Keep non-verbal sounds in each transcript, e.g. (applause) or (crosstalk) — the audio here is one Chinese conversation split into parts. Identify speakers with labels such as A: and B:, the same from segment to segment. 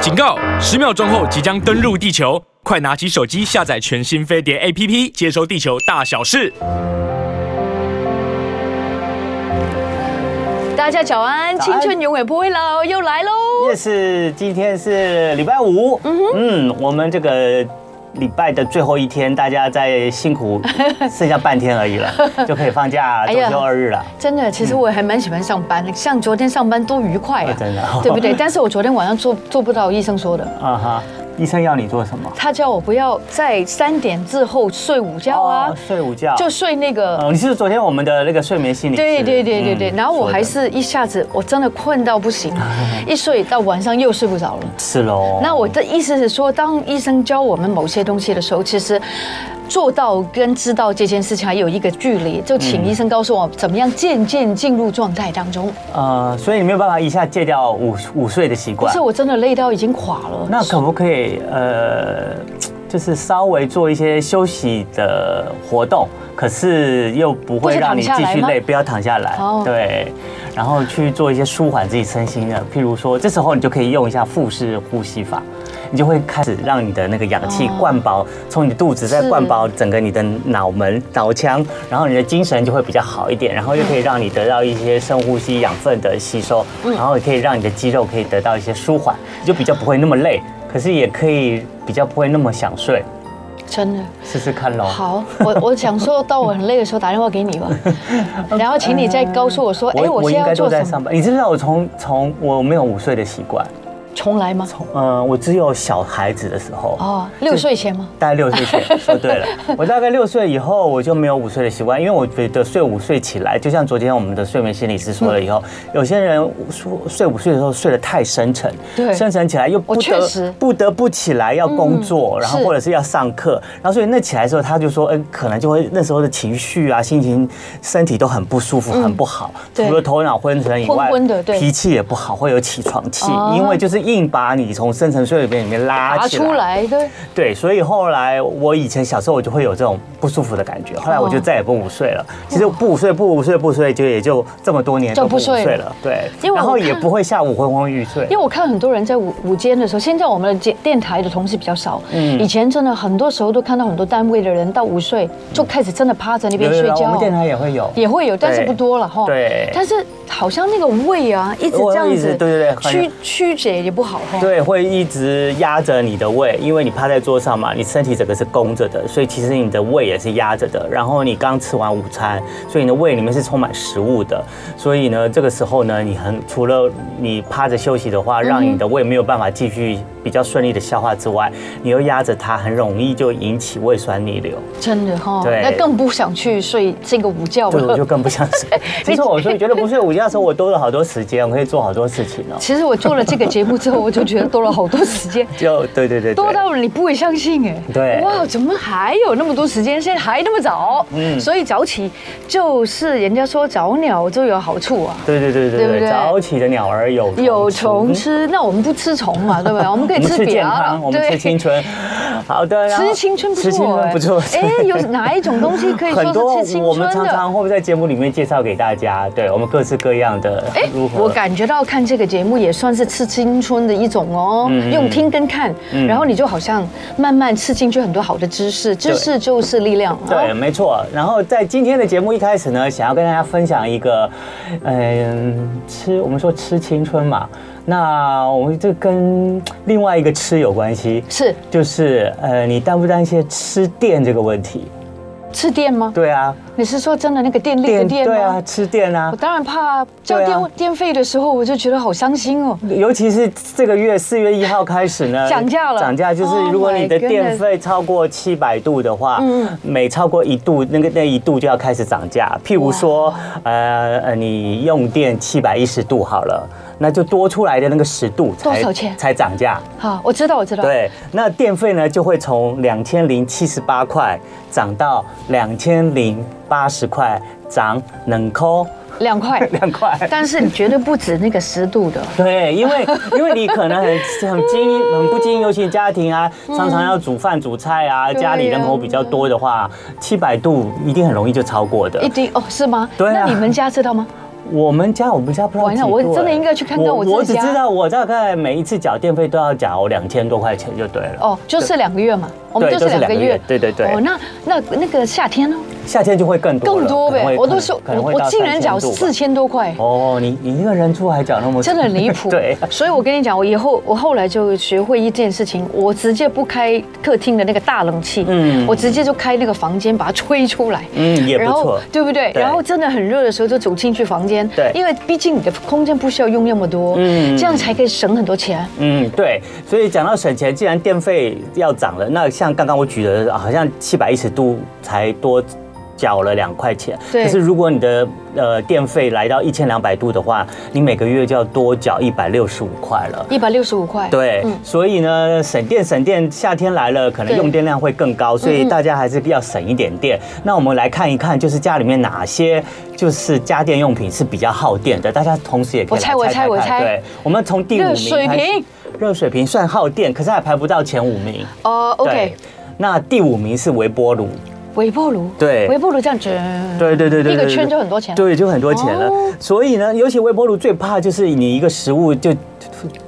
A: 警告！十秒钟后即将登陆地球，快拿起手机下载全新飞碟 APP，接收地球大小事。
B: 大家早安，
C: 早
B: 青
C: 安
B: 春永远不会老，又来喽！
C: Yes，今天是礼拜五，嗯，我们这个。礼拜的最后一天，大家再
B: (laughs)
C: 辛苦剩下半天而已了，就可以放假
B: 哎
C: 周
B: 呀
C: 休二日了。
B: 真的，其实我还蛮喜欢上班的，像昨天上班多愉快啊
C: 啊，真的 (laughs) 哦
B: 对不对？但是我昨天晚上做做不到医生说的，
C: 啊哈，医生要你做什么？
B: 他叫我不要在三点之后睡午觉啊
C: 哦，睡午觉。
B: 就睡那个。
C: 嗯，你是昨天我们的那个睡眠心理师？
B: 对对对对对，
C: 嗯
B: 然后我还
C: 说
B: 是一下子我真的困到不
C: (laughs)
B: 行，一睡到晚上又睡不着了。
C: 的是喽。
B: 那我的意思是说，当医生教我们某些东西的时候，其实做到跟知道这件事情还有一个距离，就请医生告诉我怎么样渐渐进入状态当中。
C: 呃，所以你没有办法一下戒掉午午睡的习
B: 不
C: 惯
B: 是，。我真的累到已经垮了。
C: 哦那可不可以呃，就是稍微做一些休息的活动，可是又不会让你继续累，不要躺下来
B: 哦，
C: 对，然后去做一些舒缓自己身心的，譬如说，这时候你就可以用一下腹式呼吸法。你就会开始让你的那个氧气灌饱，从你的肚子再
B: 是
C: 灌饱整个你的脑门、脑腔，然后你的精神就会比较好一点，然后又可以让你得到一些深呼吸养分的吸收，
B: 嗯
C: 然后也可以让你的肌肉可以得到一些舒缓，就比较不会那么累，可是也可以比较不会那么想睡，
B: 真的
C: 试试看喽。
B: 好，我我想说到我很累的时候打电话给你
C: (laughs)
B: 吧，然
C: 呃
B: 后请你再告诉我说，哎，我现在要
C: 都
B: 做
C: 在
B: 什么？
C: 上班，你知不知道我从从我没有午睡的习惯，
B: 重来吗？
C: 嗯，我只有小孩子的时候
B: 哦，六岁前吗？
C: 大概六岁前，说对
B: (laughs)
C: 了。我大概六岁以后，我就没有午睡的习惯，因为我觉得睡午睡起来，就像昨天我们的睡眠心理师说了以后，
B: 嗯
C: 有些人睡睡午睡的时候睡得太深沉，
B: 对
C: 深沉起来又不
B: 我确
C: 得
B: 实
C: 不得不起来要工作，
B: 嗯
C: 然后
B: 是
C: 或者是要上课，然后所以那起来的时候，他就说，嗯，可能就会那时候的情绪啊、心情、身体都很不舒服，很不好，
B: 嗯对
C: 除了头脑昏沉以外，
B: 昏昏的对
C: 脾气也不好，会有起床气
B: 哦，
C: 因为就是硬把你从深沉睡里面里面拉
B: 拔
C: 起来
B: 出。来，对，
C: 对，所以后来我以前小时候我就会有这种不舒服的感
B: 哦
C: 觉，后来我就再也不午睡了。其实不午睡、不午睡、不午睡，就也就这么多年
B: 就
C: 都
B: 不
C: 不午
B: 睡
C: 睡
B: 了
C: 了。对，
B: 因为
C: 然
B: 我
C: 后也
B: 看
C: 不会下午昏昏欲睡
B: 因为。我看很多人在午午间的时候，现在我们的电电台的同事比较少，以前真的很多时候都看到很多单位的人到午睡就开始真的趴在那边
C: 有有
B: 睡
C: 有我
B: 觉
C: 们，电台也会有。
B: 也会有，但是不多了哈。
C: 对
B: 但是好像那个胃啊，一直这样
C: 我一直
B: 子，
C: 对对对好像
B: 曲曲解也不好哈。
C: 对，会一直压着你的胃，因为你趴在桌上嘛，你身体整个是弓着的，所以其实你的胃也是压着的。然后你刚吃完午餐，所以你的胃里面是充满食物的。所以呢，这个时候呢，你很除了你趴着休息的话，让你的胃没有办法继续比较顺利的消化之外，你又压着它，很容易就引起胃酸逆流。
B: 真的哈，
C: 对
B: 那更不想去睡这个午觉
C: (laughs) 对，我就
B: 了。
C: 更不想睡。 (laughs) 其实我说觉得不睡午觉的时候，我多了好多时间，我可以做好多事情哦。
B: 其实我做了这个节目之后，我就觉得多了好多时间。
C: 就 (laughs) 对对对对，
B: 多到你不会相信哎！
C: 对
B: 哇，怎么还有那么多时间？现在还那么早，嗯，所以早起就是人家说早鸟就有好处啊，
C: 对对对
B: 对不对
C: 对对，早起的鸟儿有
B: 有虫吃，那我们不吃虫嘛，对不
C: (laughs)
B: 对？我们可
C: 我
B: 以
C: 们
B: 吃
C: 吃
B: 别
C: 健
B: 的
C: 康，我们吃青春。
B: (laughs)
C: 好的，然后
B: 吃青春不错，
C: 吃青春不错。
B: 哎，有哪一种东西可以
C: (laughs) 很多
B: 说是吃青
C: 我
B: 春
C: 们常
B: 的？
C: 常会在节目里面介绍给大家，对我们各式各样的
B: 哎
C: 如，何
B: 我感觉到看这个节目也算是吃青春的一种哦，
C: 嗯
B: 用听跟看，然后你就好像慢慢吃进去很多好的知识，知识就是力量。啊
C: 对，，没错。然后在今天的节目一开始呢，想要跟大家分享一个，嗯，吃我们说吃青春嘛，那我们这跟另外一个吃有关系，
B: 是
C: 就是呃，你担不担心吃电这个问题？
B: 吃电吗？
C: 对啊，
B: 你是说真的那个电力的电
C: 对啊，
B: 吗？
C: 吃电啊
B: 我，当然怕交
C: 对啊
B: 电电费的时候，我就觉得好伤心哦。
C: 尤其是这个月四月一号开始呢，
B: 涨价了
C: 涨价就是
B: Oh my 嗯
C: 如果你的电费超过七百度的话，每超过一度，那个那一度就要开始涨价。譬如说，呃呃，你用电七百一十度好了，那就多出来的那个十度才
B: 多少钱
C: 才涨价？
B: 好，我知道，我知道。，
C: 对，那电费呢就会从两千零七十八块涨到两千零八十块，涨能扣
B: 两块。
C: 两块。
B: 但是你绝对不止那个十度的，
C: 对，
B: (laughs)
C: 因为因为你可能很很精英，很不精英，尤其家庭啊，常常要煮饭煮菜啊，
B: 嗯对
C: 家里人口比较多的话，七百度一定很容易就超过的
B: 一。定哦，是吗？
C: 对
B: 那
C: 啊
B: 你们家知道吗？
C: 我们家我们家不知道
B: 完
C: 几
B: 了
C: 度
B: 我
C: 欸
B: 真的应该去看看我
C: 我
B: 自己
C: 我只
B: 家
C: 知道我大概每一次缴电费都要缴两千多块钱就对了。
B: 哦，就是两个月嘛，我们
C: 对
B: 就是
C: 都是
B: 两个
C: 两个
B: 月
C: 月，对对对
B: 哦，那那那个夏天呢？
C: 夏天就会更多了，
B: 更多
C: 可能
B: 呗
C: 会，
B: 我都说
C: 可
B: 我
C: 能会
B: 我
C: 到
B: 竟然缴
C: 3000度吧
B: 四千多块。
C: 哦，你你一个人住还缴那么多
B: 真的很离谱，
C: (laughs) 对，
B: 所以我跟你讲，我以后我后来就学会一件事情，我直接不开客厅的那个大冷气，嗯，
C: 嗯
B: 我直接就开那个房间把它吹出来，
C: 嗯也不
B: 然后
C: 错，
B: 对不对？
C: 对
B: 然后真的很热的时候就走进去房间，
C: 对
B: 因为毕竟你的空间不需要用那么多，嗯，
C: 嗯
B: 这样才可以省很多钱。
C: 嗯，对，所以讲到省钱，既然电费要涨了，那像刚刚我举的，啊好像七百一十度才多缴了两块钱。
B: 对
C: 可是如果你的呃电费来到一千两百度的话，你每个月就要多缴一百六十五块了。
B: 一百六十五块，嗯
C: 对，所以呢，省电省电，夏天来了，可能
B: 对嗯
C: 用电量会更高，所以大家还是要省一点电。那我们来看一看，就是家里面哪些就是家电用品是比较耗电的，大家同时也可以
B: 我猜
C: 来
B: 我猜
C: 看
B: 我猜
C: 对，我们从第五名
B: 热水
C: 开始
B: 瓶，
C: 热水瓶算耗电，可是还排不到前五名。
B: 哦，OK，
C: 对，那第五名是微波炉。
B: 微波炉，
C: 对
B: 微波炉这样子，
C: 对对对对，
B: 一嗯个
C: 对
B: 圈就很多钱了
C: 对，就很多钱了
B: 哦。
C: 所以呢，尤其微波炉最怕就是你一个食物就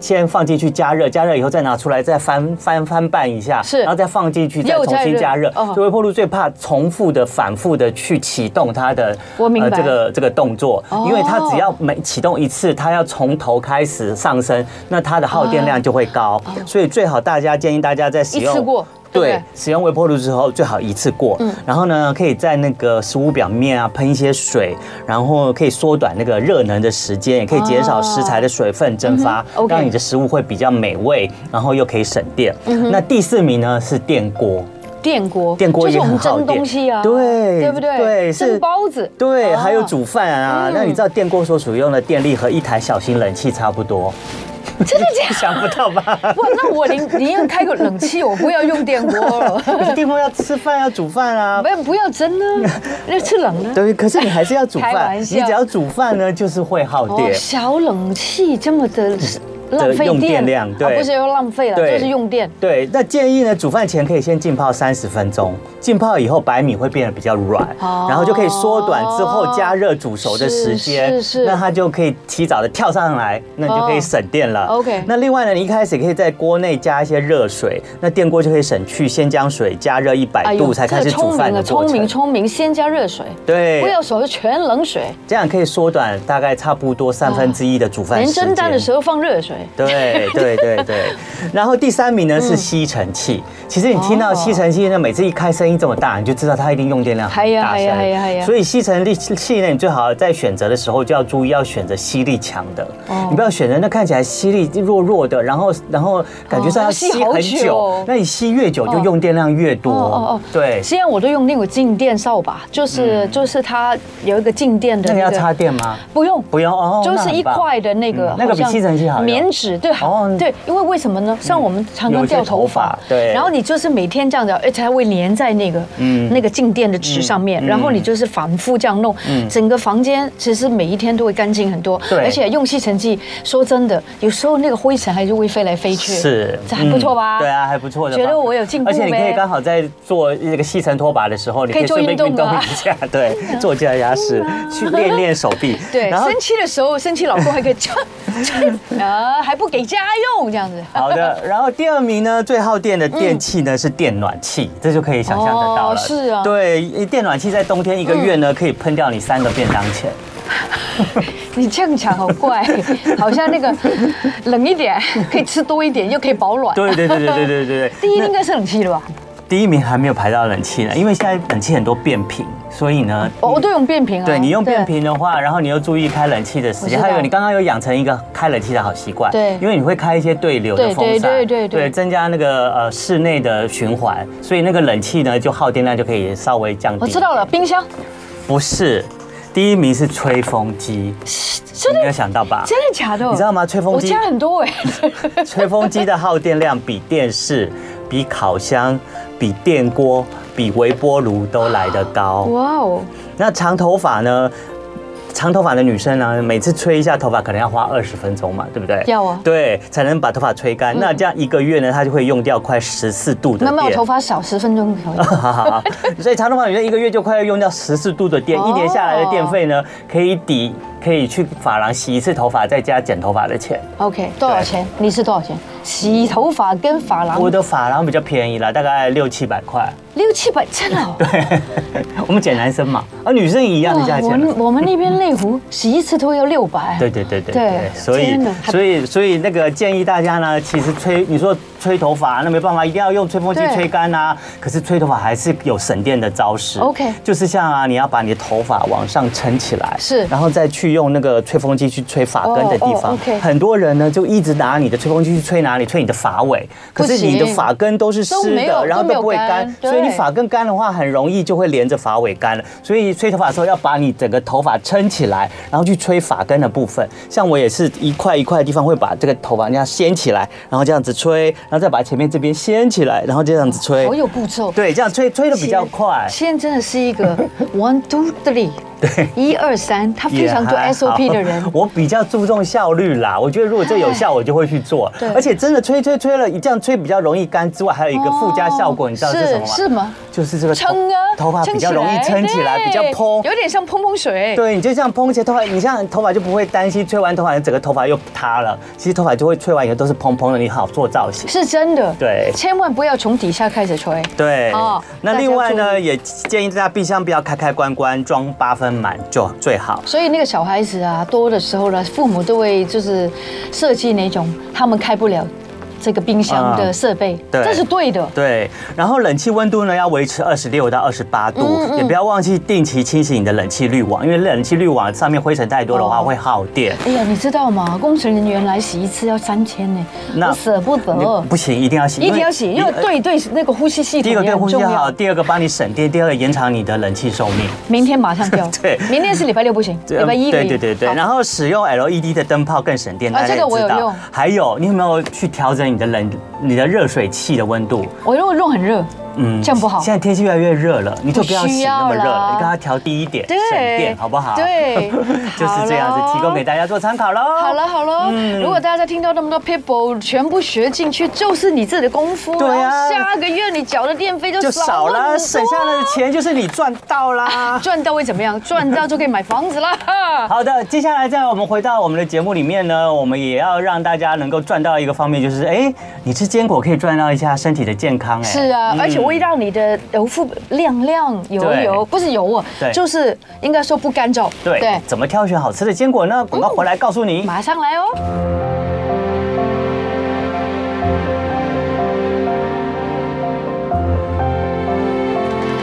C: 先放进去加热，加热以后再拿出来，再翻翻翻拌一下，
B: 是
C: 然后再放进去，再
B: 又
C: 重
B: 再
C: 新
B: 热
C: 加热
B: 哦。
C: 就微波炉最怕重复的、反复的去启动它的呃
B: 我明白
C: 这个这个动作
B: 哦，
C: 因为它只要每启动一次，它要从头开始上升，那它的耗电量就会高。所以最好大家建议大家在使
B: 哦
C: 用
B: 一次过对不对
C: 对使用微波炉之后最好一次过，
B: 嗯
C: 然后呢，可以在那个食物表面啊喷一些水，然后可以缩短那个热能的时间，也可以减少食材的水分蒸发，
B: 嗯哼，OK
C: 让你的食物会比较美味，然后又可以省电。
B: 嗯
C: 那第四名呢是电锅。
B: 电锅，
C: 电锅
B: 就是
C: 也
B: 我们
C: 很好
B: 蒸
C: 电
B: 东西啊，
C: 对
B: 对不对？
C: 对是
B: 蒸包子，
C: 对，
B: 哦
C: 还有煮饭啊。
B: 嗯
C: 那你知道电锅所使用的电力和一台小型冷气差不多，
B: 真的假的？
C: (laughs) 想不到
B: (laughs)
C: 吧？
B: 哇，那我宁宁愿开个冷气，我不要用电锅了，
C: (laughs) 可是电锅要吃饭，要煮饭
B: (laughs)
C: 啊
B: 不。要不要蒸
C: (laughs)
B: 呢，那吃冷呢。
C: 对，可是你还是要煮
B: 开
C: 饭，
B: 玩
C: 你
B: 笑
C: 只要煮饭呢，就是会耗
B: 哦，
C: 电。
B: 小冷气这么
C: (laughs)
B: 的浪费
C: 用
B: 电
C: 电量对
B: 啊不是要浪费了，
C: 对
B: 就是用电。
C: 对，那建议呢，煮饭前可以先浸泡三十分钟，浸泡以后白米会变得比较软，
B: 哦
C: 然后就可以缩短之后加热煮熟的时间，
B: 是是是
C: 那它就可以提早的跳上来，那你就可以省电了。
B: 哦，OK
C: 那另外呢，你一开始可以在锅内加一些热水，那电锅就可以省去先将水加热一
B: 哎
C: 百度才开始煮
B: 聪明
C: 饭
B: 了，
C: 的过
B: 聪明
C: 程。
B: 聪明，先加热水，
C: 对
B: 不，要手是全冷水。
C: 这样可以缩短大概差不多三分之一的煮饭
B: 连
C: 时间。
B: 蒸蛋的时候放热水，
C: 对对对对，然后第三名呢
B: 嗯
C: 是吸尘器。其实你听
B: 哦
C: 到吸尘器呢，每次一开声音这么大，你就知道它一定用电量
B: 哎
C: 很
B: 呀
C: 大
B: 哎呀哎呀哎呀
C: 声。所以吸尘力器呢，你最好在选择的时候就要注意，要选择吸力强的
B: 哦，
C: 你不要选择那看起来吸力弱弱的，然后然后感觉
B: 哦
C: 上要
B: 吸
C: 吸
B: 好
C: 很
B: 久
C: 久
B: 哦，
C: 那你吸越久就用电量越多。哦对，嗯
B: 现在我都用那个静电扫把，就是就是它有一个静电的
C: 那个
B: 那
C: 要插
B: 个，
C: 电吗？
B: 不用
C: 不用哦，
B: 就
C: 那
B: 是
C: 很
B: 一
C: 棒
B: 块的那个
C: 嗯，那个比
B: 好像
C: 吸尘器好用
B: 棉纸对，
C: 哦
B: 对，因为为什么呢？像我们常常
C: 有一些
B: 掉头
C: 头
B: 发
C: 发，对嗯
B: 然后你就是每天这样子，而且还会粘在那个那个静电的纸上面，然后你就是反复这样弄，整个房间其实每一天都会干净很多，
C: 嗯对
B: 而且用吸尘器，说真的，有时候那个灰尘还是会飞来飞去，
C: 是，
B: 这还不错吧？
C: 嗯对啊，还不错的吧。
B: 觉得我有进步
C: 而且你可
B: 呗
C: 以刚好在做那个吸尘拖把的时候，你
B: 可以做
C: 顺便
B: 运动
C: 运动
B: 啊
C: 一下，对，做一下压
B: (laughs)
C: 式，去练练手臂。
B: 对，
C: 然后
B: 生气的时候，生气老公还可以 (laughs) 这样啊，还不给家用这样子。
C: 好的，然后第二名呢，最耗电的电器呢、是电暖器，这就可以想象得到
B: 嗯
C: 了。
B: 哦是啊嗯
C: 对，电暖器在冬天一个月呢，可以喷掉你三个便当钱。
B: 你这样讲好
C: (laughs)
B: 怪，好像那个冷一点可以吃多一点，又可以保暖。
C: 对对对对对对 (laughs) 对对。
B: 第一应该是冷气的吧？
C: 第一名还没有排到冷气呢，因为现在冷气很多变频，所以呢，
B: 我我都用变频啊。
C: 对你用变频的话，然后你又注意开冷气的时
B: 我知
C: 间，
B: 道
C: 还有你刚刚有养成一个开冷气的好习惯，
B: 对
C: 因为你会开一些对流的
B: 对
C: 风扇，
B: 对对对对
C: 增加那个呃室内的循环，所以那个冷气呢就耗电量就可以稍微降低。
B: 我知道了，，冰箱
C: 不是，第一名是吹风机，
B: 真
C: 你没
B: 的
C: 有想到
B: (laughs)
C: 吧？
B: 真的假的？
C: 啊你知道吗？吹风
B: 我
C: 机
B: 家很多
C: (laughs)
B: 哎，
C: 吹风机的耗电量比电视、比烤箱、比电锅、比微波炉都来得高。
B: 哇哦，
C: 那长头发呢？长头发的女生呢、每次吹一下头发可能要花二十分钟嘛，对不对？
B: 要啊嗯
C: 对，才能把头发吹干。那这样一个月呢，她就会用掉快十四度的
B: 那
C: 电。
B: 么我头
C: (laughs)
B: 发少十分钟可以。
C: 好好好，所以长头发女生一个月就快要用掉十四度的电，
B: 哦
C: 一年下来的电费呢，可以抵可以去发廊洗一次头发，再加剪头发的钱。
B: OK，多少钱？你是多少钱？洗头发跟发廊
C: 我的发廊比较便宜啦，大概六七百块。
B: 六七百，真的、哦？对，
C: 我们剪男生嘛，而女生一样的价
B: 我
C: 钱啦。
B: 们我们那边内湖洗一次头要六百。
C: 对对对对
B: 对
C: 所以
B: 天哪
C: 所以所以那个建议大家呢，其实吹你说吹头发那没办法，一定要用吹风机
B: 对
C: 吹干啊。可是吹头发还是有省电的招式。
B: OK
C: 就是像啊，你要把你的头发往上撑起来，
B: 是
C: 然后再去用那个吹风机去吹发根的地
B: 哦
C: 方。
B: 哦，OK
C: 很多人呢就一直拿你的吹风机去吹哪里，吹你的发尾，可是
B: 不行
C: 你的发根都是
B: 都
C: 湿
B: 没有
C: 的，然后
B: 都没有
C: 都不会干
B: 干，对
C: 所以你发根啊干的话，很容易就会连着发尾干了。所以吹头发的时候要把你整个头发撑起来，然后去吹发根的部分。像我也是一块一块的地方会把这个头发这样掀起来，然后这样子吹，然后再把前面这边掀起来，然后这样子吹
B: 好。有步骤。
C: 对，这样吹吹的比较
B: 现
C: 快。
B: 现在真的是一
C: (laughs)
B: 个 one two three，对，一二三，他非常多
C: 也还好
B: SOP 的人。
C: (laughs) 我比较注重效率啦。我觉得如果这有效，我就会去做
B: 对。
C: 而且真的吹吹吹了，你这样吹比较容易干之外，还有一个附加效果，你知道是什么吗？
B: 哦是吗？
C: 就是这个头
B: 撑啊，
C: 头发比较容易撑起来，
B: 对
C: 比较蓬。
B: 有点像蓬蓬水。
C: 对，你就这样蓬起来，头发你像头发就不会担心吹完头发整个头发又塌了。其实头发就会吹完以后都是蓬蓬的，你好做造型。
B: 是真的。
C: 对
B: 千万不要从底下开始吹。
C: 对，
B: 哦
C: 那
B: 大家
C: 另外
B: 注
C: 呢，也建议大家冰箱不要开开关关，装八分满就最好。
B: 所以那个小孩子啊，多的时候呢，父母都会就是设计那种他们开不了这个冰箱的设备，
C: 啊对
B: 这是对的。
C: 对，然后冷气温度呢要维持二十六到二十八度，
B: 嗯
C: 也不要忘记定期清洗你的冷气滤网，因为冷气滤网上面灰尘太多的话
B: 哦
C: 会耗电。
B: 哎呀，你知道吗？工程人员来洗一次要三千呢，
C: 那
B: 我舍不
C: 你
B: 得，
C: 不行，一定要洗，
B: 哦一定要洗，因为
C: 呃
B: 对对那个呼吸系
C: 第
B: 统
C: 一个
B: 也
C: 对
B: 很
C: 呼吸
B: 重
C: 好，
B: 要。
C: 第二个帮你省电，第二个延长你的冷气寿命。
B: 明天马上掉，
C: (laughs) 对
B: 明天是礼拜六不行，礼拜一可
C: 对嗯
B: 以
C: 对对对，
B: 好
C: 然后使用 LED 的灯泡更省电，
B: 啊
C: 大
B: 这
C: 家也
B: 个我有
C: 知道
B: 用。
C: 还有，你有没有去调整你的冷、你的热水器的温度？
B: 我如果弄很热，嗯，这样不好
C: 现。在天气越来越热了，你就不要
B: 不需
C: 洗
B: 要
C: 那么热了
B: 啦，
C: 你刚刚调低一点，
B: 对
C: 省电，好不好？
B: 对
C: (laughs) 就是这样
B: 好咯
C: 子，提供给大嗯家做参考喽。
B: 好了好了，如果大家听到那么多 people 全部学进去，就是你自己的功夫。
C: 对
B: 然后
C: 啊
B: 下个月你缴的电费就
C: 就
B: 少了
C: 少
B: 很多啊
C: 了，省下来的钱就是你赚到啦。
B: 赚到会怎么
C: (laughs)
B: 样？赚到就可以买房子啦。
C: 好的，接下来在我们回到我们的节目里面呢，我们也要让大家能够赚到一个方面，就是哎，你吃坚果可以赚到一下身体的健康，哎，
B: 是啊，而且会让你的油腹亮亮油
C: 对
B: 油，不是油哦
C: 对，
B: 就是应该说不干燥。
C: 对，怎么挑选好吃的坚果呢？
B: 嗯
C: 广告回来告诉你。
B: 马上来哦。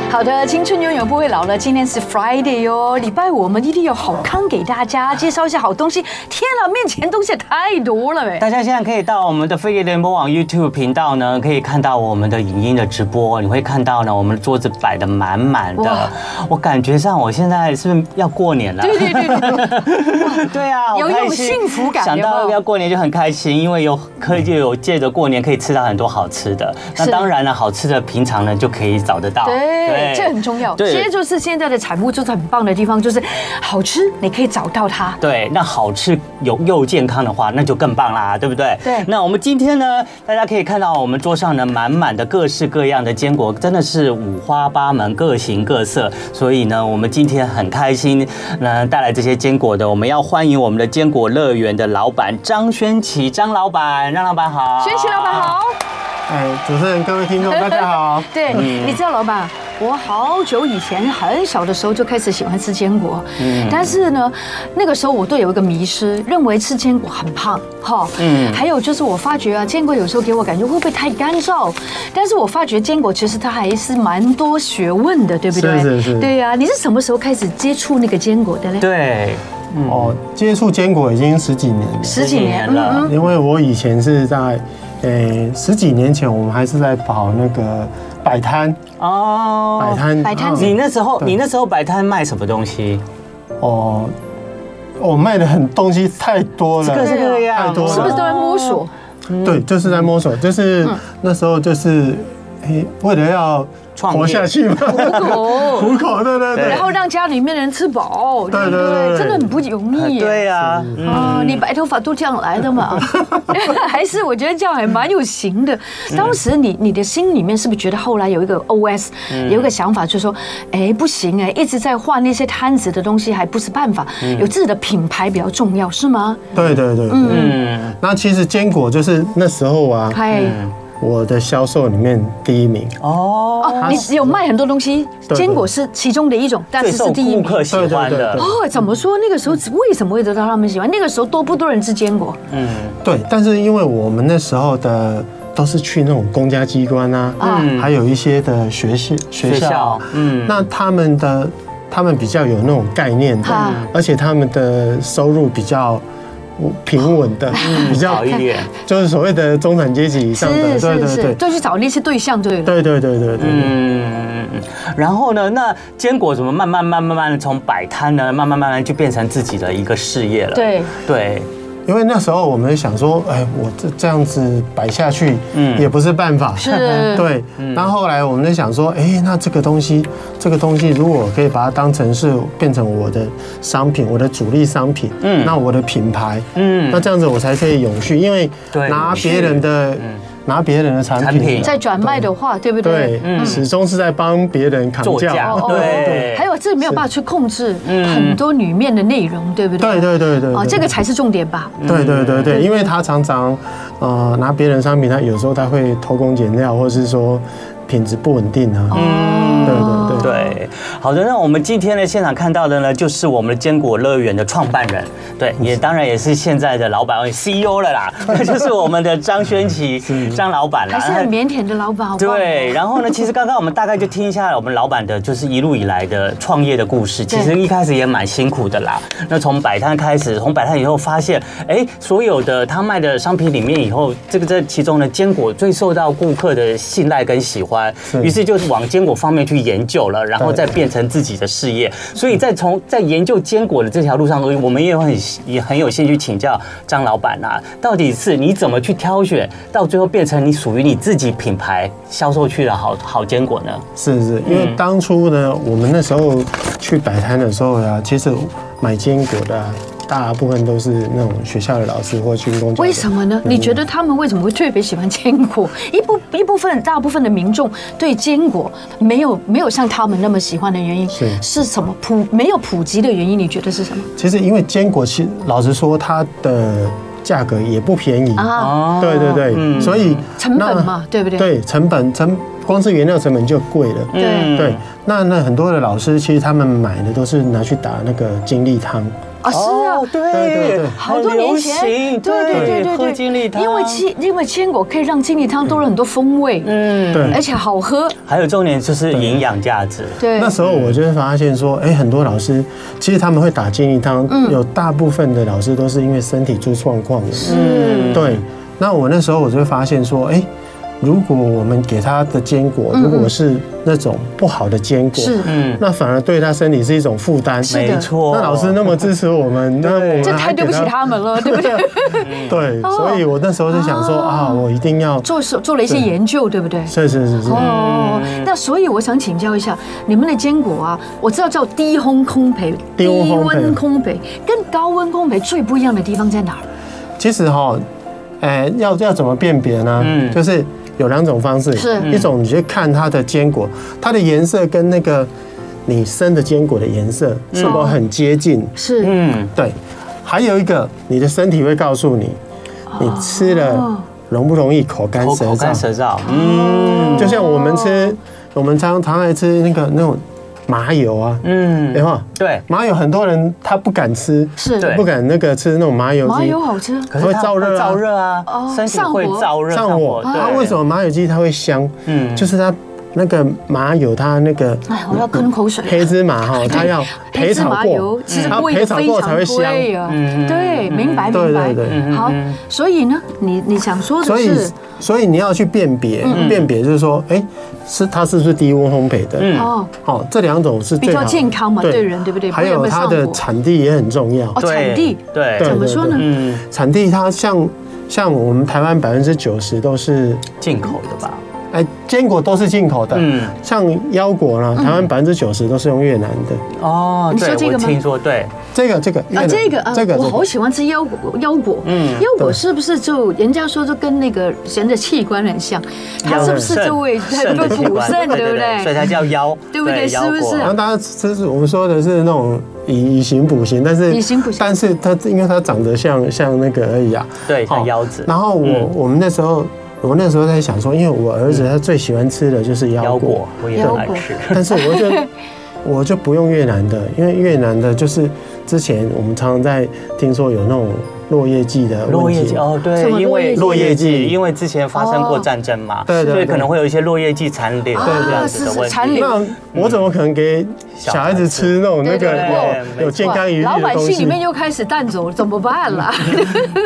B: 好的，青春永远不会老了。今天是 Friday 哟，礼拜五我们一定有好康给大家，介绍一些好东西。天啊，面前东西也太多了哎。
C: 大家现在可以到我们的飞碟联播网 YouTube 频道呢，可以看到我们的影音的直播，你会看到呢，我们桌子摆的满满
B: 哇
C: 的。我感觉上我现在是不是要过年了？
B: 对
C: (laughs)
B: 对对对对，
C: 对啊，好
B: 有一种
C: 开心
B: 幸福感
C: 想
B: 有没
C: 到
B: 有
C: 要过年就很开心，因为有可以就有借着过年可以吃到很多好吃的。那
B: 是
C: 当然了，好吃的平常呢就可以找得到。
B: 对，这很重要。其
C: 对
B: 实就是现在的产物就是很棒的地方，就是好吃，你可以找到它。
C: 对，那好吃有又健康的话，那就更棒啦，对不对？
B: 对
C: 那我们今天呢，大家可以看到我们桌上呢满满的各式各样的坚果，真的是五花八门、各形各色。所以呢，我们今天很开心，那带来这些坚果的，我们要欢迎我们的坚果乐园的老板张轩奇，张老板，张老板好，
B: 轩奇老板好。。
D: 哎，主持人、各位听众，大家好
B: 对，你知道老板，我好久以前很小的时候就开始喜欢吃坚果，
D: 嗯
B: 但是呢，那个时候我都有一个迷失，认为吃坚果很胖，哈，嗯，还有就是我发觉啊，坚果有时候给我感觉会不会太干燥？但是我发觉坚果其实它还是蛮多学问的，对不对？
D: 是是是
B: 对呀、啊你是什么时候开始接触那个坚果的嘞？
C: 对，
D: 哦，接触坚果已经十几年了，
B: 十几年
C: 十几年了
B: 嗯嗯
D: 因为我以前是在，诶、十几年前我们还是在跑那个摆摊，
C: 哦，
D: 摆摊，
B: 摆摊
C: 你那时候，
D: 对
C: 你那时候摆摊卖什么东西？
D: 哦，我卖的很东西太多了，
C: 各式各样，
D: 太多了 (laughs)
B: 是不是都在摸索？
D: 对，就是在摸索，就是那时候就是。诶，为了要
C: 创业
D: 活下去嘛， (laughs)
B: 苦
D: 糊口，对对对
B: 哦然，后让家里面人吃饱，
D: 对
B: 不
D: 对对
B: 真的很不容易耶。
C: 对啊，
B: 啊，你白头发都这样来的嘛？还是我觉得这样还蛮有型的。当时你你的心里面是不是觉得后来有一个 OS，有一个想法，就是说，哎，不行哎，一直在换那些摊子的东西还不是办法，有自己的品牌比较重要，是吗？
D: 对对对对。
C: 嗯，
D: 那其实坚果就是那时候啊，
B: 嗨，
D: 我的销售里面第一名，
C: 哦，
B: 哦，你有卖很多东西，
D: 对
B: 坚果是其中的一种，但
C: 最
B: 是
C: 受
B: 是第一
C: 顾
B: 名。
C: 客喜欢
D: 对对对
C: 的
D: 对，
B: 哦，怎么说？那个时候为什么会得到他们喜欢？那个时候多不多人吃坚果？
C: 嗯，
D: 对。但是因为我们那时候的都是去那种公家机关啊，
B: 嗯
D: 还有一些的学校学
C: 学
D: 校
C: 校，，嗯，
D: 那他们的他们比较有那种概念的
B: 啊，
D: 而且他们的收入比较平稳的，比较
C: 好一点，
D: 就是所谓的中产阶级以上的，
B: 是
D: 对
B: 是
D: 对
B: 是，
D: 对。
B: 就去找那些对象对了。
D: 对对对对对，
C: 嗯，然后呢，那坚果怎么慢慢慢慢慢的从摆摊呢，慢慢慢慢就变成自己的一个事业了？
B: 对，
C: 对，
D: 因为那时候我们想说，哎，我这这样子摆下去，
C: 嗯
D: 也不是办法，
B: 是
D: (laughs) 对。那后来我们就想说，哎，那这个东西，这个东西如果可以把它当成是变成我的商品，我的主力商品，
C: 嗯
D: 那我的品牌，
C: 嗯
D: 那这样子我才可以永续，因为
C: 对嗯
D: 拿别人的拿别人的产
C: 产
D: 品
C: 品，嗯
B: 在转卖的话，对不
D: 对
B: 对？，
D: 始终是在帮别人扛
C: 作
D: 价，
C: 价
B: 哦
C: 对
B: 还有这没有办法去控制很多里面的内容，对不对？
D: 对对对对，
B: 哦，
D: 对
B: 这个才是重点吧？
D: 对对对
B: 嗯
D: 对，因为他常常呃拿别人商品，他有时候他会偷工减料，或者是说品质不稳定啊。嗯，
B: 哦
D: 对对对。
C: 对，好的，那我们今天呢，现场看到的呢，就是我们的坚果乐园的创办人，对，也当然也是现在的老板呃 CEO 了啦，那就是我们的张轩琪张老板啦。
B: 还是很腼腆的老板，好不好
C: 对，然后呢？其实刚刚我们大概就听一下我们老板的，就是一路以来的创业的故事。其实一开始也蛮辛苦的啦。那从摆摊开始，从摆摊以后发现，哎，所有的他卖的商品里面以后，这个这其中的坚果最受到顾客的信赖跟喜欢，于是就往坚果方面去研究了，然后再变成自己的事业。所以在从在研究坚果的这条路上，我们也很也很有兴趣请教张老板啊，到底是你怎么去挑选，到最后变成你属于你自己品牌销售去的好好坚果呢？
D: 是是，因
B: 嗯
D: 为当初呢，我们那时候去摆摊的时候呀、其实买坚果的啊、大部分都是那种学校的老师或军工。
B: 为什么呢？你觉得他们为什么会特别喜欢坚果？ (laughs) 一部一部分大部分的民众对坚果没有没有像他们那么喜欢的原因
D: 是
B: 是什么？普没有普及的原因，你觉得是什么
D: 其实因为坚果，其老实说，它的价格也不便宜。
B: 啊？
C: 哦
D: 对对对，所以
B: 成本
D: 那
B: 嘛对不对
D: 对，成本成光是原料成本就贵了。
C: 嗯
B: 对
D: 对，那那很多的老师其实他们买的都是拿去打那个精力汤，
B: 啊，是啊
C: 哦，对
D: 对对
B: 好多年
C: 很流
B: 前，
C: 行
B: 对对对对
C: 喝
B: 对，
C: 精力汤，
B: 因为坚因为坚果可以让精力汤多了很多风味，
C: 嗯，
D: 对
B: 而且好喝，
C: 还有重点就是营养价值，
B: 对，
D: 那时候我就会发现说，哎、很多老师其实他们会打精力汤，
B: 嗯
D: 有大部分的老师都是因为身体出状况的。
B: 是
D: 嗯对，那我那时候我就会发现说，哎、如果我们给他的坚果，如果是那种不好的坚果，
B: 嗯是，
C: 嗯，
D: 那反而对他身体是一种负担。
B: 是的
C: 没错。
D: 那老师那么支持我们，那我们
B: 这
D: 还
B: 太对不
D: 给
B: 起他们
D: (laughs)
B: 了，对不 (laughs) 对？
D: 对，所以我那时候就想
B: 哦
D: 说啊，我一定要，
B: 做手做了一些
D: 对
B: 研究，对不对？
D: 是是是是，
B: 哦，那所以我想请教一下，你们的坚果啊，我知道叫低烘烘焙、
D: 低温烘焙
B: 低温烘焙跟高温烘焙最不一样的地方在哪儿？
D: 其实哈，哎，要要怎么辨别呢？
C: 嗯
D: 就是有两种方式，
B: 是
D: 一种你去看它的坚果，它的颜色跟那个你生的坚果的颜色
B: 嗯
D: 是否很接近？
B: 是
C: 嗯，
D: 对，还有一个，你的身体会告诉你，
B: 哦
D: 你吃了容不容易口干
C: 口
D: 舌
C: 口干
D: 燥？
C: 舌燥，嗯
D: 就像我们吃，我们常常爱吃那个那种麻油啊，
C: 嗯，
D: 对吧？
C: 对。
D: 麻油很多人他不敢吃，
B: 是，
C: 对
D: 不敢那个吃那种麻油鸡，
B: 麻油好吃，
C: 可是它
D: 会燥热啊
C: 燥热啊
B: 哦，
C: 身体会燥热，
D: 上火，它为什
C: 么？
D: 么麻油鸡它会香？
C: 嗯
D: 就是它那个麻油，它那个
B: 哎，我要吞口水了。
D: (laughs) 黑芝麻
B: (laughs)
D: 哈，它要
B: 黑
D: 焙
B: 芝
D: 炒
B: 麻油
D: 过，嗯
B: 其实
D: 它
B: 贵
D: 焙
B: 的
D: 炒
B: 非
D: 过才会
B: 常
D: 香。
B: 贵啊。
C: 嗯
B: 对，
C: 嗯
B: 明白
D: 对
B: 明白
D: 对。对嗯
B: 好，所以呢，你你想说
D: 所
B: 的
D: 以
B: 是，嗯
D: 所以你要去辨别，辨别就是说，哎，是它是不是低温烘焙的？
C: 嗯
B: 哦，
D: 好，这两种是
B: 比
D: 最
B: 较
D: 好的
B: 健康嘛对人对不对
D: 还
B: 不然
D: 有
B: 会
D: 它
B: 上
D: 的
B: 火
D: 产地也很重要
B: 哦，产地
C: 对，
D: 对
B: 怎么说呢？
C: 嗯，
D: 产地它像像我们台湾百分之九十都是
C: 进口的吧？
D: 哎，坚果都是进口的，
C: 嗯
D: 像腰果呢，
B: 嗯
D: 台湾百分之九十都是用越南的。
C: 哦，
B: 你
C: 对
B: 说这个
C: 我
B: 吗
C: 听说对，
D: 这个这个越
B: 啊，
D: 南
B: 这个啊，
D: 这个
B: 我好喜欢吃腰果，腰果，
C: 嗯
B: 腰果是不是就人家说就跟那个人的器官很像，它是不是就会
C: 肾的
B: 对
C: 器
B: 补
C: 官
B: 肾，对不
C: 所以
B: 对？
C: 它叫腰，
B: 对不对是
C: 腰
B: 不
C: 果
B: 是
D: 然后大家吃是我们说的是那种以以形补形，但是
B: 以形补形
D: 但是它因为它长得像像那个而已啊，
C: 对，
D: 哦
C: 像腰子，
D: 然后我、
C: 嗯
D: 我们那时候我那时候在想说，因为我儿子他最喜欢吃的就是腰
C: 腰
D: 果，
C: 果，我也很爱吃。
D: 但是我就
B: (laughs)
D: 我就不用越南的，因为越南的就是之前我们常常在听说有那种落叶季的
C: 落
D: 问
C: 叶
D: 题
C: 季。哦，
B: 什
C: 对，
B: 么
C: 因为
D: 落叶季
C: 因为之前发生
B: 哦
C: 过战争嘛，
D: 对对对
C: 所以可能会有一些落叶季残留
B: 对
C: 这样子的
B: 啊是是
C: 问
B: 残
C: 题
B: 留。
D: 那我怎么可能给小孩子吃那种那
B: 对
D: 个
B: 对
C: 对
D: 有有健康疑虑
B: 老
D: 的
B: 百
D: 东
B: 姓里
D: 西？
B: 面又开始淡走，怎么办
C: (laughs)
B: 啦？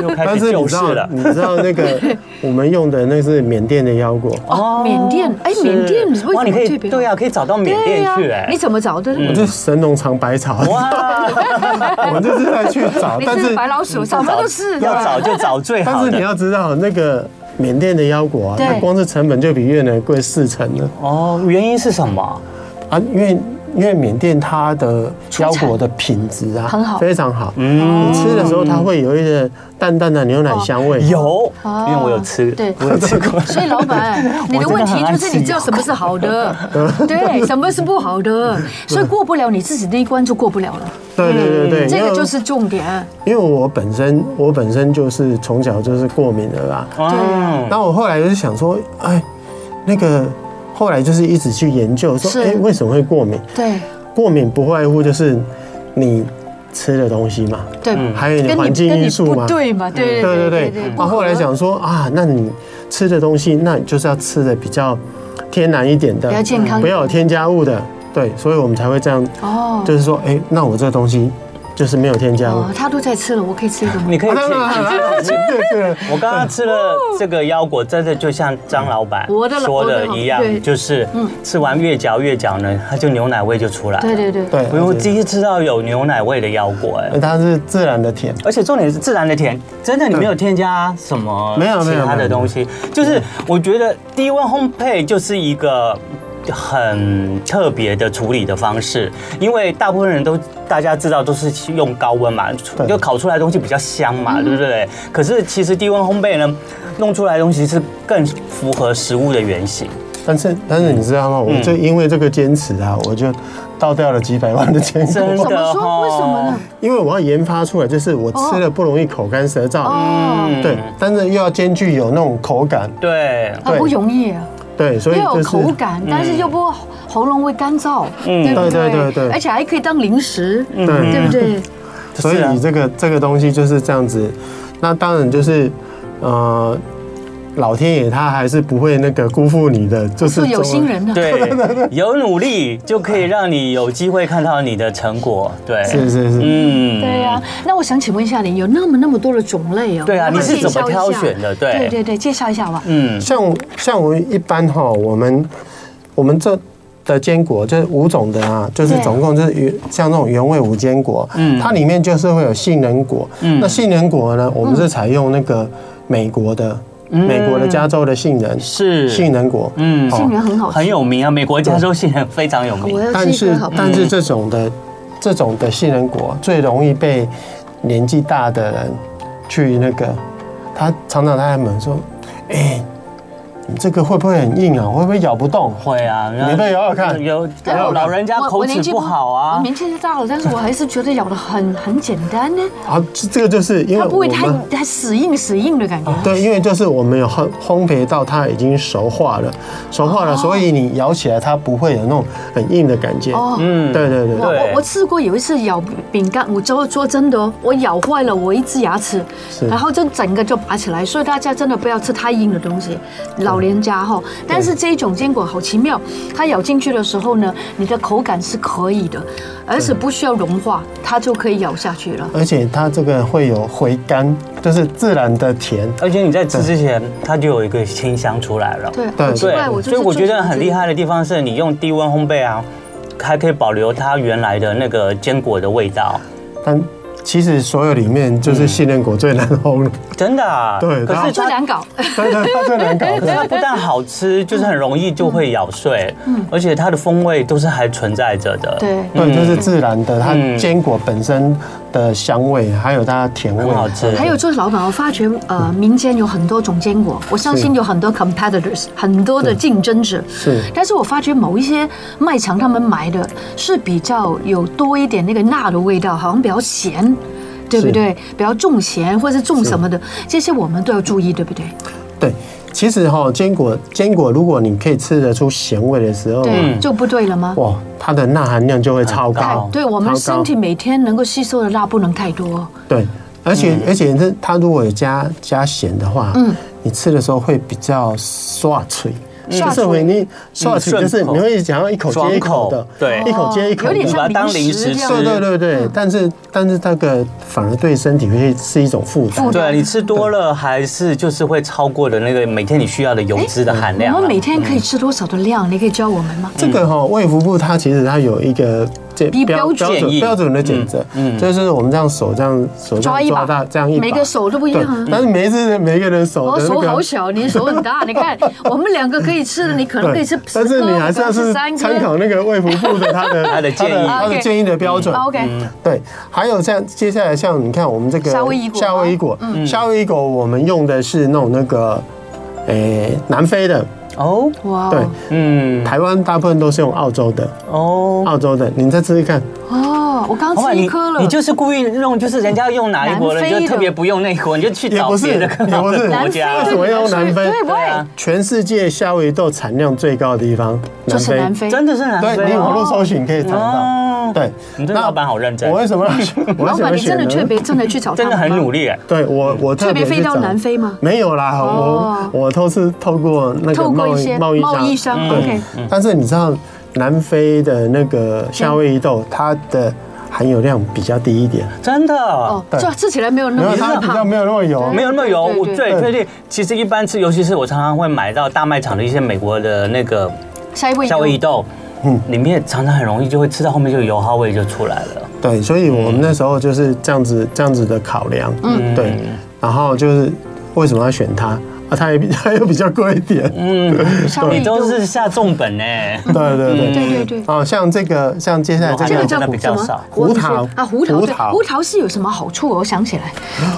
C: 又开
D: 但
C: 始
D: 是你
C: 救
D: 知
C: 市
D: 道
C: 了，
D: 你知道那个
C: (laughs)
D: 我们用的那是缅甸的腰果，
C: 哦
B: 缅甸哎
C: 是
B: 缅甸为什么
C: 哇，你可以
B: 这边
C: 对啊，可以找到缅
B: 对啊
C: 甸
B: 呀
C: 去，哎
B: 你，怎么找的？
D: 我这神农尝百草，
C: 哇，
D: (laughs)
B: (laughs)
D: 我们就是在去找，
B: 你
D: 但
B: 是
D: 是
B: 白老鼠，什么都是
C: 要找就找最
D: 但
C: 好
D: 是你
C: 的。
D: 要知道那个缅甸的腰果啊，
B: 对
D: 它光是成本就比越南贵四成呢。
C: 哦，原因是什么？
D: 啊，因为因为缅甸它的
B: 出
D: 腰
B: 产
D: 果的品质啊，
B: 很好
D: 非常好。
C: 嗯
D: 你吃的时候它会有一点淡淡的牛奶香味。
C: 有，
B: 哦
C: 因为我有吃， (laughs)
B: 对啊
C: 我有吃过。
B: (laughs) 所以老板，
C: (laughs)
B: 你的问题就是你知道什么是好的，对，什么是不好
C: (laughs)
B: 的，所以过不了你自己那一关就过不了了，
D: 对对对对，
B: 嗯这
D: 因
B: 个
D: 为
B: 就是重点。
D: 因为我本身我本身就是从小就是过敏的啦。
C: 嗯，
D: 那我后来就是想说，哎，那个后来就是一直去研究
B: 是
D: 说，哎，为什么会过敏？
B: 对
D: 过敏不外乎就是你吃的东西嘛，
B: 对，
D: 还有你的嗯环境因素嘛
B: 不。
D: 嗯
B: 对嘛？对
D: 对对对
B: 对。哦
D: 那后来想说啊，那你吃的东西，那你就是要吃的比较天然一点的，
B: 比较健康
D: 不要有添加物的。对，所以我们才会这样，
B: 哦
D: 就是说，哎，那我这东西就是没有添加物。
B: 哦，他都在吃了，我可以吃一个吗？
C: 你可以
D: 啊当然
C: 去。
D: 当然对对
C: 我刚刚吃了这个腰果，真的就像张老板
B: 哦我的老
C: 说的
B: 我的对嗯
C: 一样，就是吃完越嚼越嚼呢，它就牛奶味就出来。
B: 对对对，
D: 对，
C: 我我
D: 对
C: 第一次知道有牛奶味的腰果，哎，
D: 它是自然的甜，
C: 而且重点是自然的甜，真的你没有添加什么
D: 没有没
C: 其
D: 有
C: 他
D: 没
C: 的
D: 有
C: 东西，就是我觉得低温烘焙就是一个。很特别的处理的方式，因为大部分人都大家知道都是用高温嘛，
D: 对嗯
C: 就烤出来的东西比较香嘛，对不对？可是其实低温烘焙呢，弄出来的东西是更符合食物的原型。
D: 但是但是你知道吗？
B: 嗯
D: 我就因为这个坚持啊，我就倒掉了几百万的坚
C: 真
D: 果，
B: 怎么
C: 哦
B: 说？为什么呢？
D: 因为我要研发出来，就是我吃了不容易口干舌燥，
B: 哦，
C: 嗯
D: 对，但是又要兼具有那种口感，
C: 对，
B: 很不容易啊，
D: 对，所以
B: 又
D: 就
B: 有
D: 是嗯
B: 口感，但是又不喉咙会干燥，对不
D: 对对对对嗯
B: 而且还可以当零食，
D: 对
B: 嗯对不 (laughs) 对？
D: 所以
C: 是啊
D: 你这个这个东西就是这样子，那当然就是，呃，老天爷他还是不会那个辜负你的，就是
B: 是有心人啊。
D: (laughs)
C: 对，有努力就可以让你有机会看到你的成果。对，
D: 总是是是，
C: 嗯，
B: 对呀、那我想请问一下你，有那么那么多的种类哦，
C: 对啊
B: 要不要
C: 你是怎么
B: 介绍一下
C: 挑选的对
B: 对对对，介绍一下吧。
C: 嗯，
D: 像像我们一般哈，我们我们这。的坚果就是五种的啊，就是
B: 对
D: 总共就是原像那种原味无坚果，
C: 嗯
D: 它里面就是会有杏仁果，
C: 嗯
D: 那杏仁果呢，我们
B: 嗯
D: 是采用那个美国的，美国的加州的杏仁，
C: 嗯是
D: 杏仁果，
C: 嗯，
B: 杏仁很好吃，
C: 很有名啊，美国加州杏仁非常有
B: 我
D: 哦
C: 名。
B: 要吃
D: 但
B: 一个
D: 是
B: 好不好？
D: 但是这种的这种的杏仁果最容易被年纪大的人去那个，他常常他还们说，哎、你这个会不会很硬啊？会不会咬不动？
C: 会啊，
D: 你被咬咬看
C: 有
B: 对我
C: 老人家
B: 我
C: 口
B: 我年
C: 齿
B: 纪
C: 不好
B: 我
C: 啊。
B: 年纪大了，但是我还是觉得咬的很很简单呢，
D: 啊，这这个就是因为
B: 它不
D: 我
B: 会太
D: 们。
B: 太死硬死硬的感觉。
D: 对，因为就是我们有烘烘焙到它已经熟化了，熟化
B: 哦
D: 了，所以你咬起来它不会有那种很硬的感觉。
B: 哦
D: 嗯，对对对
B: 我
D: 对，
B: 我我试过有一次咬饼干，我做做真的哦，我咬坏了我一只牙齿，
D: 是
B: 然后就整个就拔起来。所以大家真的不要吃太硬的东西，老人家哈。但是这一种坚果好奇妙，它咬进去的时候呢，你的口感是可以的，而且不需要融化，它就可以咬下去了。
D: 而且它这个会有回甘，就是自然的甜。
C: 而且你在吃之前，它就有一个清香出来了。
B: 对，
D: 对
B: 好奇怪，我就
C: 所以
B: 是
C: 我觉得很厉
B: 害。
C: 害的地方是你用低温烘焙啊，还可以保留它原来的那个坚果的味道。
B: (laughs)
D: 但其实所有里面就是杏仁果最难烘的，
C: 真的啊，
D: 对
C: 可
D: 然
C: 是
D: 后
B: 最
C: 它
B: 难搞。
D: 对对，它最难搞。
C: 可是它不但好吃，
B: 嗯
C: 就是很容易就会咬碎，而且它的风味都是还存在着
B: (laughs)
C: 的，
B: 对
D: 对，这是自然的，它
C: 嗯
D: 坚果本身的香味，
B: 嗯
D: 还有它的甜味
C: 很，好吃。
B: 还有就是老板，我发觉呃，民间有很多种坚果，我相信有很多 competitors，很多的竞争者。
D: 是
B: 但是我发觉某一些卖场他们买的是比较有多一点那个钠的味道，好像比较咸。对不对？比较重咸或者是重什么的，这些我们都要注意，对不对？
D: 对。其实哈、坚果坚果，如果你可以吃得出咸味的时候，
B: 对，就不对了吗？
D: 哇，它的钠含量就会超
C: 很
D: 高
C: 高。
B: 对我们
D: 超
B: 身
D: 高
B: 体每天能够吸收的钠不能太多。
D: 对，而且、
C: 嗯
D: 而且这它如果有加加咸的话，
B: 嗯
D: 你吃的时候会比较刷嘴。
B: 刷
D: 就是
B: 嘴
D: 你刷嘴，就
C: 嗯
D: 是
C: 顺口
D: 你会想要一口接一口的，
C: 爽口对
D: 一口接一口
B: 哦有
D: 的，
B: 点像
C: 把它
B: 嗯
C: 当
B: 零
C: 零
B: 食
C: 食
B: 这样
C: 吃
D: 对对对对。但是但是那个反而对身体会是一种负担
B: 负。
C: 对啊你吃多了还是就是会超过的那个每天你需要的油脂的含量啊。
B: 我哦们每天可以吃多少的
D: 嗯
B: 量？你可以教我们吗？
D: 这个哈，卫福部它其实它有一个这
B: 比嗯标准嗯
D: 标
C: 建
D: 准
C: 议
D: 标准的检测，就是我们这样手这样手这
B: 抓
D: 样
B: 一把
D: 抓大这样一把，
B: 每个手都不一样啊
D: 对但是每一次每一个人手
B: 我
D: 的那
B: 手
D: 个
B: 好小，你手很大。你看，我们两个可以吃的，你可能可以吃十
D: 但
B: 个，
D: 是你还是
B: 我
D: 要
B: 可能
D: 是
B: 三个
D: 参考那个卫福部的
B: (laughs)
D: 他的
C: 他的建议
D: 他的
B: OK
D: 建议的标准。
B: 啊 OK，
C: 嗯
D: 对，还有像接下来像你看我们这个
B: 夏威夷果嗯
D: 夏威夷果，夏威夷果我们用的是那种那个，诶，南非的，
C: 哦，
B: 哇
D: 对
B: 哦，
C: 嗯，
D: 台湾大部分都是用澳洲的，
C: 哦，
D: 澳洲的，你再吃吃看，
B: 哦，我刚
C: 老
B: 吃
C: 板，
B: 一
C: 你
B: 颗了。
C: 你就是故意用，就是人家用哪一国的，
B: 南非
C: 你
B: 的
C: 就特别不用那一国，你就去
D: 也
C: 找
D: 不是，
C: 别
D: 也
C: 的更好
D: 不
C: 的
D: 是，
C: 国
B: 南非
C: 家
D: 为
B: 的。
D: 什么要用南非
B: 对？不
C: 对啊
B: 对？
D: 全世界夏威夷豆产量最高的地方，
B: 就是南非，
C: 真的是南
D: 对
C: 非
D: 你网
C: 哦。
D: 络搜寻可以查得
C: 哦
D: 到。对，
C: 你这个老板好认真
D: 我为什么要选？ (laughs) 我为
B: 老
D: 什么
B: 板，
D: 要
B: 你真
D: 选
B: 的
D: 呢
B: 特别真的去找他
C: 真
B: 们
C: 的
B: 吗
C: 很努。力哎，
D: 对我，我特别
B: 特别飞到
D: 去找
B: 南非吗
D: 没有啦，
B: 哦
D: 我我都是透过那
B: 透
D: 个
B: 过
D: 贸
B: 一
D: 易
B: 些
D: 贸易商。
B: 贸易商
C: 嗯
D: 对
B: ，OK，
D: 但是你知道南非的那个夏威夷豆，它的含油量比较低一点，
C: 真的
B: 哦。，这吃起来没有那么
D: 然后它比较
B: 胖
D: 没。有那么油。
C: 没有那么油，我
B: 对对
C: 对对对，其实一般吃，尤其是我常常会买到大卖场的一些美国的那个
B: 夏威夷，
C: 夏威夷豆，嗯，里面常常很容易就会吃到后面就油耗味就出来了。
D: 对，所以我们那时候就是这样子这样子的考量。嗯，对。然后就是为什么要选它？啊，它也比 (laughs) 它又比较贵一点。
B: 嗯夏威
C: 你
B: 夷
C: 都
B: 豆
C: 是下重本
D: (laughs)
C: 呢，
D: 对对对
B: 嗯对对对。
D: 哦，像这个像接下来
B: 这
D: 这
B: 个
D: 个
B: 叫
C: 真的
B: 什
C: 比较
B: 么
C: 少
B: 我
D: 胡
B: 不是
D: 桃
B: 啊，胡桃
D: 胡
B: 对，
D: 桃
B: 胡桃是有什么好处？我想起来，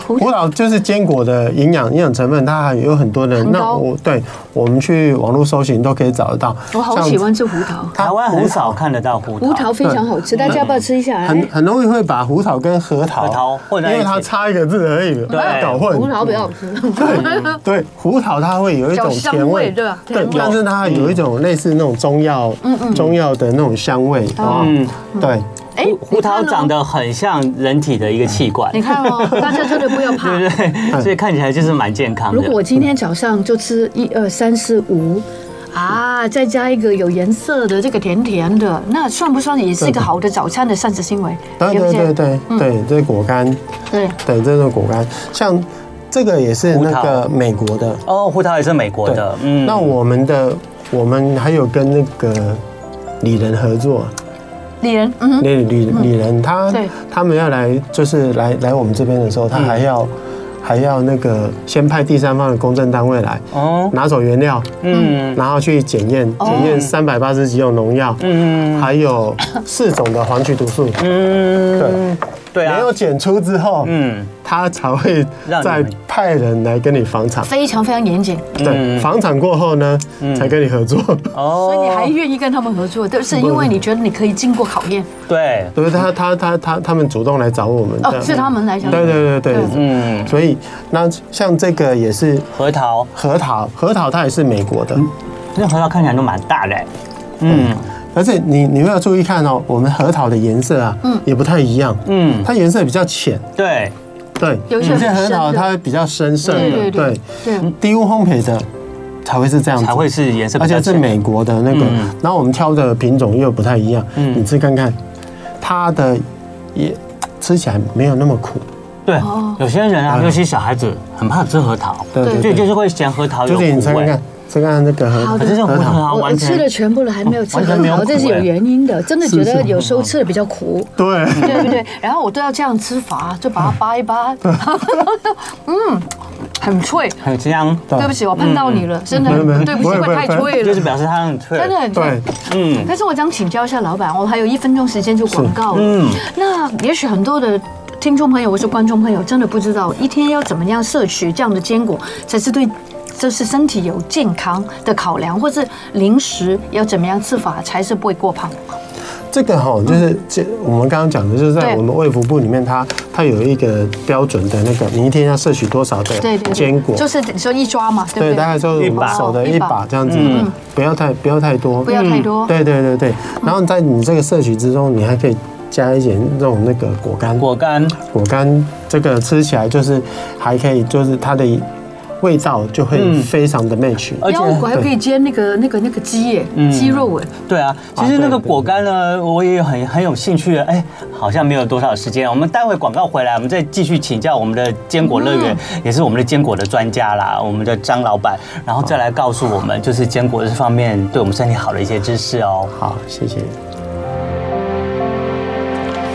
B: 胡
D: 葡萄就是坚果的营养营养成分，它还有很多的。
B: 很高
D: 那我对我们去网络搜寻都可以找得到。
B: 我好
D: 像
B: 喜欢吃胡桃，
D: 它
C: 台湾很少
D: 胡桃
C: 看得到胡桃。
B: 胡桃非常好吃，大家要不要吃一下？
D: 嗯很很容易会把胡桃跟核桃
C: 核桃混在
D: 因
C: 一起
D: 为它差一个字而已，不要搞 (laughs)
B: 胡
D: 混。
B: 桃比较好吃。 (laughs)
D: 对，胡桃它会有一种
B: 比较香
D: 甜味，
B: 味对吧
D: 对
B: 甜，味嗯
D: 但是它有一种类似那种中药，中药的那种香味啊，对，
B: 哎
C: 胡胡桃
B: 你看哦
C: 长得很像人体的一个器官，
B: 你看
C: (laughs)
B: 哦，大家真的不要怕。
C: 对不
D: 嗯
C: 对？所以看起来就是蛮健康的。
B: 如果我今天早上就吃一二三四五。啊，再加一个有颜色的这个甜甜的，那算不算也是一个好的早餐的膳食纤维？
D: 对
B: 不
D: 对对对
B: 嗯
D: 对，这果干，
B: 对，
D: 对，这是果干，像这个也是那
C: 胡
D: 个
C: 桃
D: 美国的，
C: 哦，胡桃也是美国
D: 对
C: 的，嗯，
D: 那我们的我们还有跟那个李仁合作，
B: 李仁，嗯，
D: 那李李仁他
B: 对
D: 他们要来就是来来我们这边的时候，
C: 嗯
D: 他还要还要那个先派第三方的公证单位来
C: 哦，
D: 拿走原料，
C: 嗯
D: 然后去检验检验三百八十几种农药，
C: 哦嗯
D: 还有四种的黄曲毒素，
C: 嗯
D: 对，
C: 对啊
D: 没，有检出之后，
C: 嗯，
D: 他才会
C: 让你
D: 再
C: 们
D: 派人来跟你访厂。
B: 非常非常严谨，
D: 对，房产过后呢，才跟你合作。
B: 所
C: 嗯哦，
B: 以你还愿意跟他们合作，都是因为你觉得你可以经过考验
C: 对，
D: 对，他他他他他们主动来找我们。这
B: 哦，
D: 样
B: 是他们来讲，
D: 对对对对，
C: 嗯，
D: 所以那像这个也是
C: 核桃，
D: 核桃，核桃它也是美国的，
C: 嗯那核桃看起来都蛮大的，嗯
D: 而且你你们要注意看哦，我们核桃的颜色啊，也不太一样，
C: 嗯，
D: 它颜色比较浅，
C: 对，
D: 对，
B: 有一些
D: 有些
B: 很
D: 核
B: 深
D: 桃
B: 的
D: 它比较深色
B: 对
D: 的，
B: 对
D: 对，
C: 嗯
B: 对，
D: 低温烘焙的才会是这样子
C: 才，会是颜色比
D: 而
C: 较
D: 且是
C: 浅
D: 美国的那个
C: 嗯，
D: 然后我们挑的品种又不太一样，你吃看看，它的也吃起来没有那么苦，
C: 对
B: 哦，
C: 有些人啊，
D: 嗯
C: 尤其小孩子很怕吃核桃，
D: 对
B: 对
C: 对，就是会嫌核桃有
D: 就是你吃
C: 苦
D: 看
C: 味
D: 看，，吃看看那个
B: 好
D: 核
B: 的
C: 可是这种核桃
B: 我
C: 完
B: 吃
C: 全
B: 了全部了，还没有吃
C: 完全
B: 很
C: 没有
B: 好，
C: 苦
B: 这是有
C: 哎
B: 原因的，真的觉得有时候吃的比较苦。
D: 对。 (laughs)
B: 对不对？然后我都要这样吃法，就把它扒一扒。嗯，很脆。
C: 很香，
B: 对不起，我碰到你了，真的很
D: 哦嗯没没
B: 对不起，
D: 不会
B: 因为
D: 不会
B: 太
D: 不会
B: 脆
C: 就是
B: 了，
C: 表示它很脆。
B: 真的，很脆
D: 对。，
C: 嗯
B: 但是我想请教一下老板，我还有一分钟时间就广告了。
C: 嗯，
B: 那也许很多的听众朋友或是观众朋友真的不知道，一天要怎么样摄取这样的坚果，才是对就是身体有健康的考量，或是零食要怎么样吃法才是不会过胖。
D: 这个哈、就是这我们刚刚讲的，就是在
B: 对
D: 我们卫福部里面，它它有一个标准的那个，你一天要摄取多少
B: 对
D: 的
B: 对对，
D: 坚果，
B: 就是你说一抓嘛，对
D: 对，
B: 不
D: 大
B: 对？
D: 概就是我们手的
B: 一把
D: 一把这样子
C: 嗯，
D: 不要太不要太多，嗯
B: 不要太多。嗯
D: 对对对对。然后在你这个摄取之中，你还可以加一点那种那个果干，
C: 果干
D: 果干这个吃起来就是还可以，就是它的味道就会
C: 嗯呃
D: 非常的 match。
C: 而且嗯
B: 腰果还可以煎那个那个那个鸡耶，鸡肉哎，
C: 对啊，其实那个果干呢，我也有很很有兴趣的。哎，好像没有多少时间，我们待会广告回来，我们再继续请教我们的坚果乐园，
B: 嗯
C: 也是我们的坚果的专家啦，我们的张老板，然后再来告诉我们就是坚果这方面对我们身体好的一些知识哦。
D: 好，谢谢。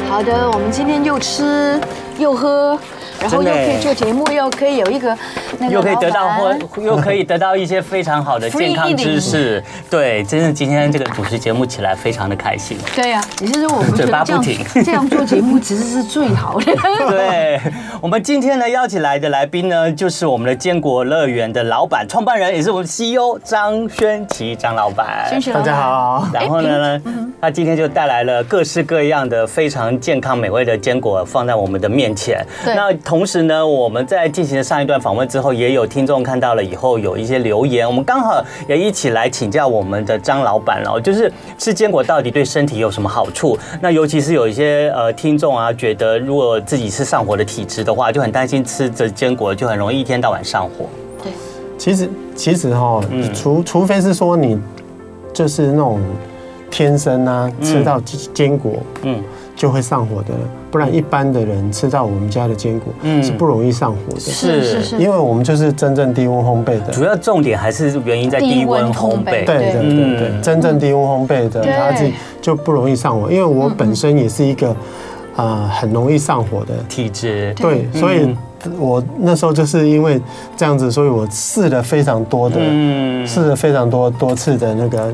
B: 好的，我们今天又吃又喝，然后又
C: 真的
B: 可以
C: 耶
B: 做节目，又可以有一个那个
C: 又可以得到
B: 嗯老板
C: 或又可以得到一些非常好的
B: Free
C: 健康
B: (laughs)
C: 知识，对，真的今天这个主持节目起来非常的开心。
B: 对啊呀、其实我们觉
C: 嘴
B: 得
C: 巴
B: 这样
C: 不停
B: 这样做节目其实是最好
C: (laughs)
B: 的。
C: 对我们今天呢邀请来的来宾呢，就是我们的坚果乐园的老板、创办人，也是我们 CEO 张轩琪张老板。
B: 宣学
D: 大家好，
C: (laughs) 然后呢，他今天就带来了各式各样的非常健康美味的坚果放在我们的面前。
B: 对
C: 那同时呢，我们在进行上一段访问之后，也有听众看到了以后有一些留言，我们刚好也一起来请教我们的张老板哦，就是吃坚果到底对身体有什么好处？那尤其是有一些呃听众啊，觉得如果自己是上火的体质的话，就很担心吃着坚果就很容易一天到晚上火。
B: 对，
D: 其实其实哈
C: 嗯，
D: 除除非是说你就是那种天生啊吃到坚坚果
C: 嗯，
D: 就会上火的人，不然一般的人吃到我们家的坚果
C: 嗯
D: 是不容易上火的。
B: 是
C: 是
B: 是
D: 因
B: 是，
D: 为我们就是真正低温烘焙的，
C: 主要重点还是原因在低
B: 低温
C: 温烘
B: 烘
C: 焙。
B: 焙
D: 对对
B: 对
D: 对对，
C: 嗯
D: 真正低温烘焙的，
B: 对嗯
D: 它自己就不容易上火。因为我本身也是一个呃很容易上火的，
C: 体质，
D: 对，所以我那时候就是因为这样子，所以我试了非常多的，
C: 嗯，
D: 试了非常多多次的那个。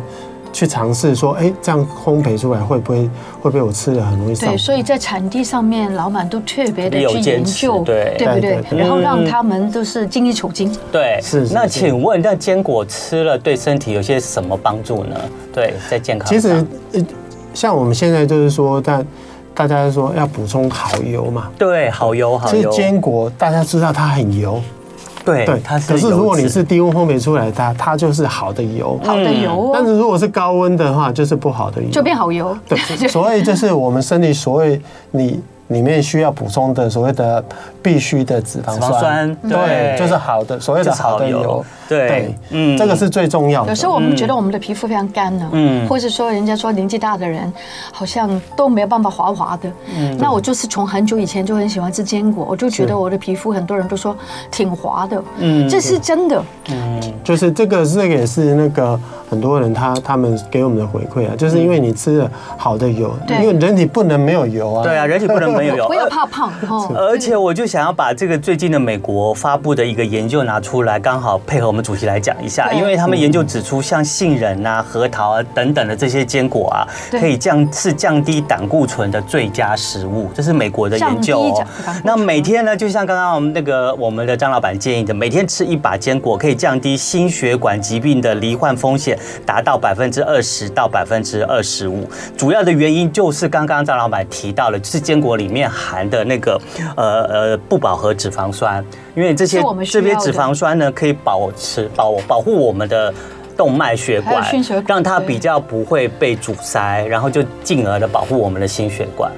D: 去尝试说，哎、这样烘焙出来会不会会不会我吃了很容易上火？
B: 对，所以在产地上面，老板都特别的
C: 有
B: 去
C: 坚
B: 研
C: 持
B: 究，
C: 对
B: 对不
D: 对对
B: 对？
D: 对
B: 然后让
C: 嗯
B: 他们都是精益求精。
C: 对，
D: 是是
C: 那
D: 是
C: 请问，那坚果吃了对身体有些什么帮助呢？对，在健康
D: 其
C: 上
D: 实，呃像我们现在就是说，大大家说要补充好油嘛，
C: 对好油好
D: 其实
C: 油，
D: 坚果大家知道它很油，
C: 对
D: 对，
C: 它是
D: 可
C: 油脂。
D: 是如果你是低温烘焙出来的，它它就是好的油。
B: 好的
C: 嗯
B: 油
D: 但是如果是高温的话，就是不好的油。
B: 就变好油，
D: 对，所以就是我们身体所谓你里面需要补充的所谓的必须的脂肪
C: 脂肪
D: 酸
C: 酸，对
D: 对，就是好的所谓的好的
C: 就是好
D: 油
C: 油，对嗯
D: 这个是最重要的
B: 有。时候我们觉得我们的皮肤非常干呢，
C: 嗯
B: 或者说人家说年纪大的人好像都没有办法滑滑的，
C: 嗯
B: 那我就是从很久以前就很喜欢吃坚果，我就觉得我的皮肤很多人都说挺滑的，嗯，这是真的，
D: 就是这个，这个也是那个很多人他他们给我们的回馈啊，就是因为你吃了好的油，
B: 对
D: 因为人体不能没有油啊。
C: 对啊，人体不能没有
B: (laughs)
C: 油。
B: 不要怕
C: (laughs)
B: 胖
C: 而
B: 哦。
C: 而且我就想要把这个最近的美国发布的一个研究拿出来，刚好配合我们主题来讲一下，
B: 对
C: 因为他们研究指出，像杏仁啊、核桃啊等等的这些坚果啊，
B: 对
C: 可以降是降低胆固醇的最佳食物，这是美国的研究
B: 降低
C: 哦
B: 胆固醇。
C: 那每天呢，就像刚刚我们那个我们的张老板建议的，每天吃一把坚果，可以降低心血管疾病的罹患风险，达到百分之二十到百分之二十五。主要的原因就是刚刚张老板提到了，就是坚果里面含的那个呃呃不饱和脂肪酸，因为这些
B: 是我们需
C: 这
B: 要的
C: 些脂肪酸呢，可以保持保保护我们的。动脉血管
B: 还有心血管
C: 让它
B: 对
C: 比较不会被阻塞，然后就进而的保护我们的心血管。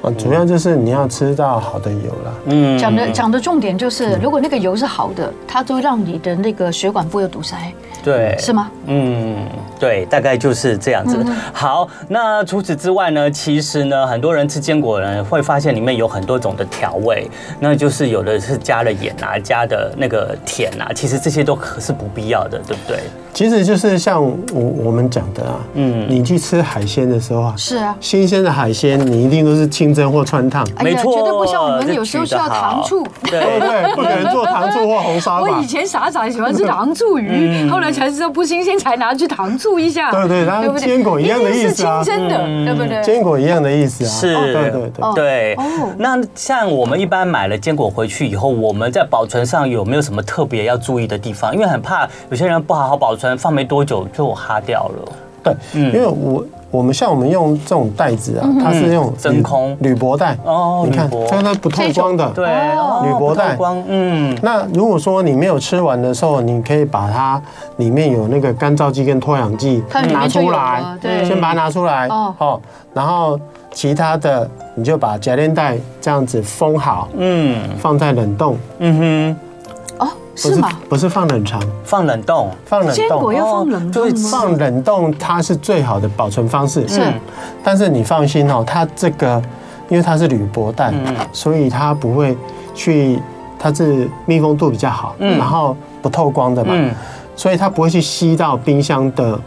D: 啊，主要就是你要吃到好的油啦。
C: 嗯
B: 讲的讲的重点就是，如果那个油是好的，它就让你的那个血管不会有堵塞，
C: 哎对
B: 是吗？
C: 嗯，对，大概就是这样
B: 嗯
C: 子。好，那除此之外呢，其实呢，很多人吃坚果呢，会发现里面有很多种的调味，那就是有的是加了盐啊，加的那个甜啊，其实这些都可是不必要的，对不对？
D: 其实就是像我我们讲的啊，嗯，你去吃海鲜的时候啊，
B: 是啊，
D: 新鲜的海鲜你一定都是清清蒸或穿烫，
B: 哎
C: 没
B: 呀，
C: 错
B: 绝对不像我们有时候需要糖醋。
D: (laughs) 对
C: 对，
D: 不对？不可能做糖醋或红烧
B: 我
D: 吧
B: 以？前哎傻傻喜欢吃糖醋鱼，后来才知道不新鲜，才拿去糖醋一下。
D: 嗯对对它
B: 对不对？
D: 坚果一样的意
B: 定是
D: 思啊
B: 清蒸的，对不对？
D: 坚果一样的意思啊，
C: 是
D: 哦对对对。
C: 对
B: 哦，
C: 那像我们一般买了坚果回去以后，我们在保存上有没有什么特别要注意的地方？因为很怕有些人不好好保存，放没多久就哈掉了。
D: 对，
C: 嗯
D: 因为我我们像我们用这种袋子啊，它是用
C: 嗯真空
D: 铝箔袋
C: 哦
D: 你看
C: 铝箔
D: 这个它不透光的。
C: 对，
B: 哦
D: 铝箔袋
C: 不透光，嗯，
D: 那如果说你没有吃完的时候，你可以把它里面有那个干燥剂跟脱氧剂
B: 它里面
D: 拿
B: 就
D: 出
B: 有
D: 来
B: 了，对
D: 先把它拿出来，
B: 哦
D: 哦，然后其他的你就把夹链袋这样子封好，
C: 嗯
D: 放在冷冻，
C: 嗯
B: 哦，
D: 不
B: 是吗？
D: 不是放冷藏，
C: 哼，放冷冻，
D: 放冷
B: 坚果
D: 冻，
B: 要放冷冻
C: 哦就是
B: 吗？
D: 放冷冻它是最好的保存方式，嗯
B: 是
D: 但是你放心哦，它这个因为它是铝箔袋，
C: 嗯
D: 所以它不会去，它是密封度比较好，然后不透光的嘛，
C: 嗯，
D: 所以它不会去吸到冰箱的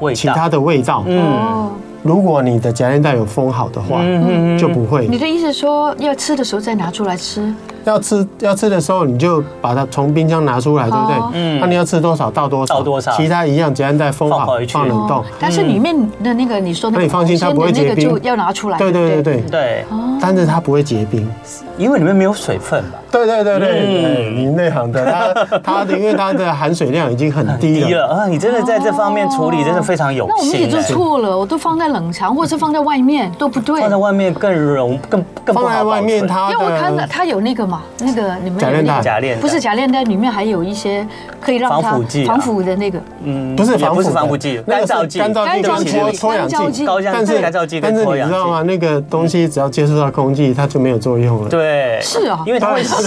C: 味
D: 其
C: 道，
D: 他的味道。
C: 嗯
B: 哦，
D: 如果你的夹链袋有封好的话，
C: 嗯
D: 就不会
B: 你。的意思说要吃的时候再拿出来吃？
D: 要吃要吃的时候，你就把它从冰箱拿出来，对不
B: 哦
D: 对？那你要吃多少倒多少，
C: 倒多少
D: 其他一样夹链袋封
C: 放
D: 好
C: 回，去
D: 放冷冻
B: 哦。，但是里面的那个你说那
D: 那
B: 个
D: 你嗯放心它不会
B: 保鲜的那
D: 结
B: 个
D: 冰
B: 就要拿出来。哦
D: 对对对
B: 不
D: 对，
C: 对，
D: 但是它不会结
C: 嗯
D: 冰。
C: 因为里面没有水分吧，
D: 对对对对，
C: 嗯
D: 哎你内
B: (laughs)
D: 行的，它它的因为它的含水量已经很低
C: 低
D: 了，
C: 了啊，你真的在这方面处理真的非常有
B: 哦那我们
C: 心
B: 也就
C: 欸，
B: 错了，我都放在冷藏，或者是放在外面都不对。
C: 放在外面更容更更不好
D: 放在外
C: 保
D: 面
C: 存
D: 它
B: 因为我看到
D: 的
B: 它有那个嘛，那个你们
D: 假
B: 有
D: 链
B: 那
D: 袋
B: 个
C: 假链袋
B: 不是假链袋，里面还有一些可以让它
C: 防腐剂啊
B: 防腐的那个。
C: 嗯
D: 不是
C: 也
D: 防
C: 不
D: 腐
C: 是
D: 的
C: 防腐剂，干
D: 那个是
C: 燥剂，
D: 干燥
C: 对
D: 剂
C: 不
D: 跟
C: 起
B: 干燥
D: 脱
B: 剂
D: 脱氧剂。
C: 高降
D: 但是
C: 干燥剂
D: 但
C: 跟
D: 是你
C: 脱氧
D: 知道吗？
C: 剂，
D: 那个东西只要接触到空气，它就没有作用了。
C: 对，
B: 是啊
C: 因为它
B: (laughs)
C: 会吸，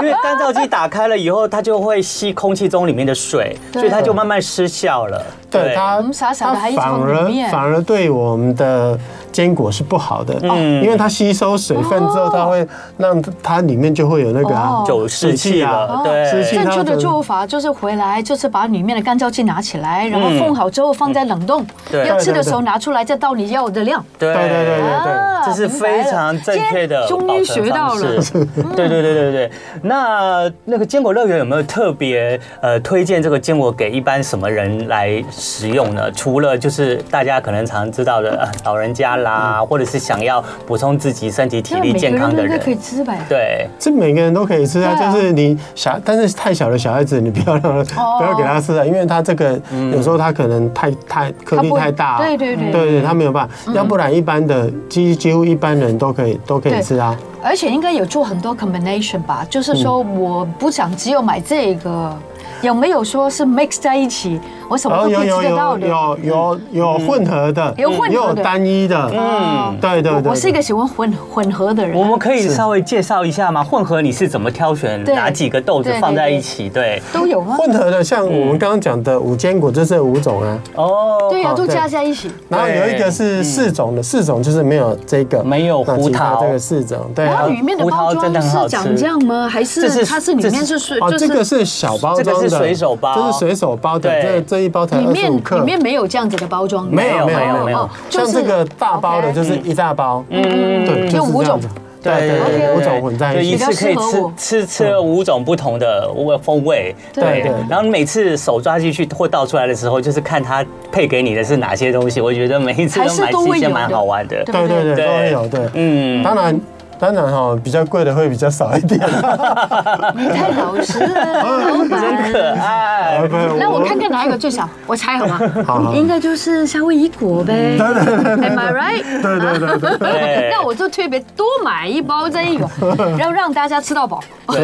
C: 因为干燥剂打开了以后，它就会吸空气中里面的水，
B: 对
C: 所以它就慢慢失效了。
D: 对它
B: 我们傻傻的
D: 它
B: 还一直
D: 反
B: 放里
D: 而
B: 面
D: 反而对我们的坚果是不好的，
B: 哦
C: 嗯
D: 因为它吸收水分之后，它会让它里面就会有那个啊
B: 哦
C: 有湿气了，
D: 湿
C: 对
D: 气，
B: 正
D: 它
B: 确的
D: 的
B: 做法就是回来就是把里面的干燥剂拿起来，然后封好之后放在冷冻，
C: 嗯对
B: 要吃的时候拿出来，再倒你要的量。
C: 对
D: 对对对对对。
B: 啊
C: 这是非常正确的
B: 明白
C: 保
B: 了今天终于
C: 存
B: 学到
C: 方式
B: 了。嗯
C: 对对对对对。那那个坚果乐园有没有特别呃推荐这个坚果给一般什么人来食用呢？除了就是大家可能常知道的呃老人家啦，或者是想要补充自己身体体
B: 嗯那
C: 力
B: 每个
C: 健康
B: 人
C: 的
B: 应该
C: 人
B: 可，以吃呗。
C: 对。
D: 这每个人都可以吃啊，
B: 对啊
D: 就是你小，但是太小的小孩子，你不要让
B: 哦
D: 他，不要给他吃啊，因为他这个
C: 嗯
D: 有时候他可能太太颗粒
B: 他不
D: 太大啊，
B: 对对对嗯
D: 对对，他没有办法，要不然一般的几几乎一般人都可以都可以
B: 对
D: 吃啊，
B: 而且应该有做很多 combination 吧，就是说
D: 嗯
B: 我不想只有买这个，有没有说是 mix 在一起，我什么都
D: 哦有
B: 可以
D: 有
B: 吃得到
D: 有
B: 的？嗯
D: 有有有混合的，
B: 有混合的
D: 也有单一的，
B: 嗯
D: 嗯，对对
B: 我
D: 对，
B: 我是一个喜欢混混合的人。啊
C: 我们可以稍微介绍一下吗？混合你是怎么挑选
B: 对
C: 哪几个豆子
B: 对对
C: 放在一起？对，
B: 都有啊吗？
D: 混合的，像我们刚刚讲的五坚果就这五种啊，
C: 嗯哦，嗯
B: 对呀、
D: 哦
B: 都
D: 对
B: 加在一起。
D: 然后有一个是四种的，四种就是没有这个，
C: 没有
D: 那其他
C: 胡桃
D: 这个四种，对
B: 然
D: 啊
B: 后。里面的包
C: 胡桃
B: 装
C: 真的很好
B: 是
C: 吃
B: 长这样吗？还
C: 这是
B: 是它是里面是水，
D: 哦，
B: 就
D: 这个
B: 是
D: 是小包
C: 这
D: 装
C: 个
D: 的，
C: 是水手包
D: 这是水手包的，
C: 对
D: 这这一包才
B: 里
D: 二十
B: 面
D: 呃五克，
B: 里面没有这样子的包装，哦
D: 没有
C: 没有没
D: 没
C: 有
D: 有没
C: 没有
D: 有，
B: 就是
D: 像这个大包的，就是一大包，嗯，对，就是
B: 五
D: 这
B: 种
D: 样子，
C: 对
D: 对
C: 对
D: 对
C: 对，
D: 对，五种混在
C: 就
D: 一
C: 一
D: 起，
C: 次可以
B: 比较适合我
C: 吃吃吃了五种不同的味风味，
B: 对
D: 对
C: 然后你每次手抓进去或倒出来的时候，就是看它配给你的是哪些东西，我觉得每一次
B: 还
C: 都
B: 是
C: 蛮
B: 都
C: 新
B: 会
C: 鲜、
B: 有
C: 蛮
B: 的
C: 好玩的。
B: 对
D: 对对对，
C: 对
D: 都会有对，
C: 嗯，
D: 当然当然哈，比较贵的会比较少一
C: (laughs)
D: 点，
B: 你太老实了，老
C: 真可
D: (laughs)
B: 板。
C: 爱。
D: 不然
B: 啊那我看看哪一个最少，我猜好
D: 好
B: 吗？
D: 好
B: 应该就是夏威夷果呗。Am I right？
D: 对对对对，
C: 对
B: 那我就特别多买一包这
D: (laughs)
B: 个，然后让大家吃到饱。
C: 对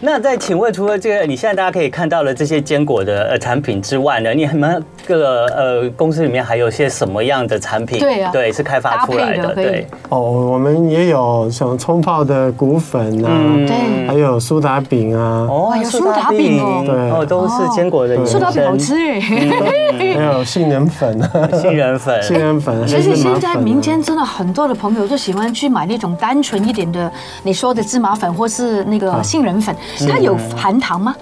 C: 那再请问，除了这个你现在大家可以看到的这些坚果的呃产品之外呢，你们各个呃公司里面还有些什么样的产品？
B: 对啊
C: 对，是开发出来
B: 搭配的
C: 的，
B: 可以
C: 对，
D: 哦，我们也有像冲泡的谷粉
C: 嗯
D: 啊，
B: 对
D: 还有苏打饼啊，
C: 哦
B: 哇有苏打饼哦
D: 对
C: 哦，都是坚果的延
B: 说到
C: 伸
B: 好吃
C: 嗯
B: 哎。
D: 还有杏仁粉啊，
C: 杏仁粉，
D: 杏仁粉，
B: 其实
D: 黑芝麻
B: 现在
D: 粉啊
B: 民间真的很多的朋友就喜欢去买那种单纯
C: 嗯
B: 一点的，你说的芝麻粉或是那个杏仁粉，它有含糖吗？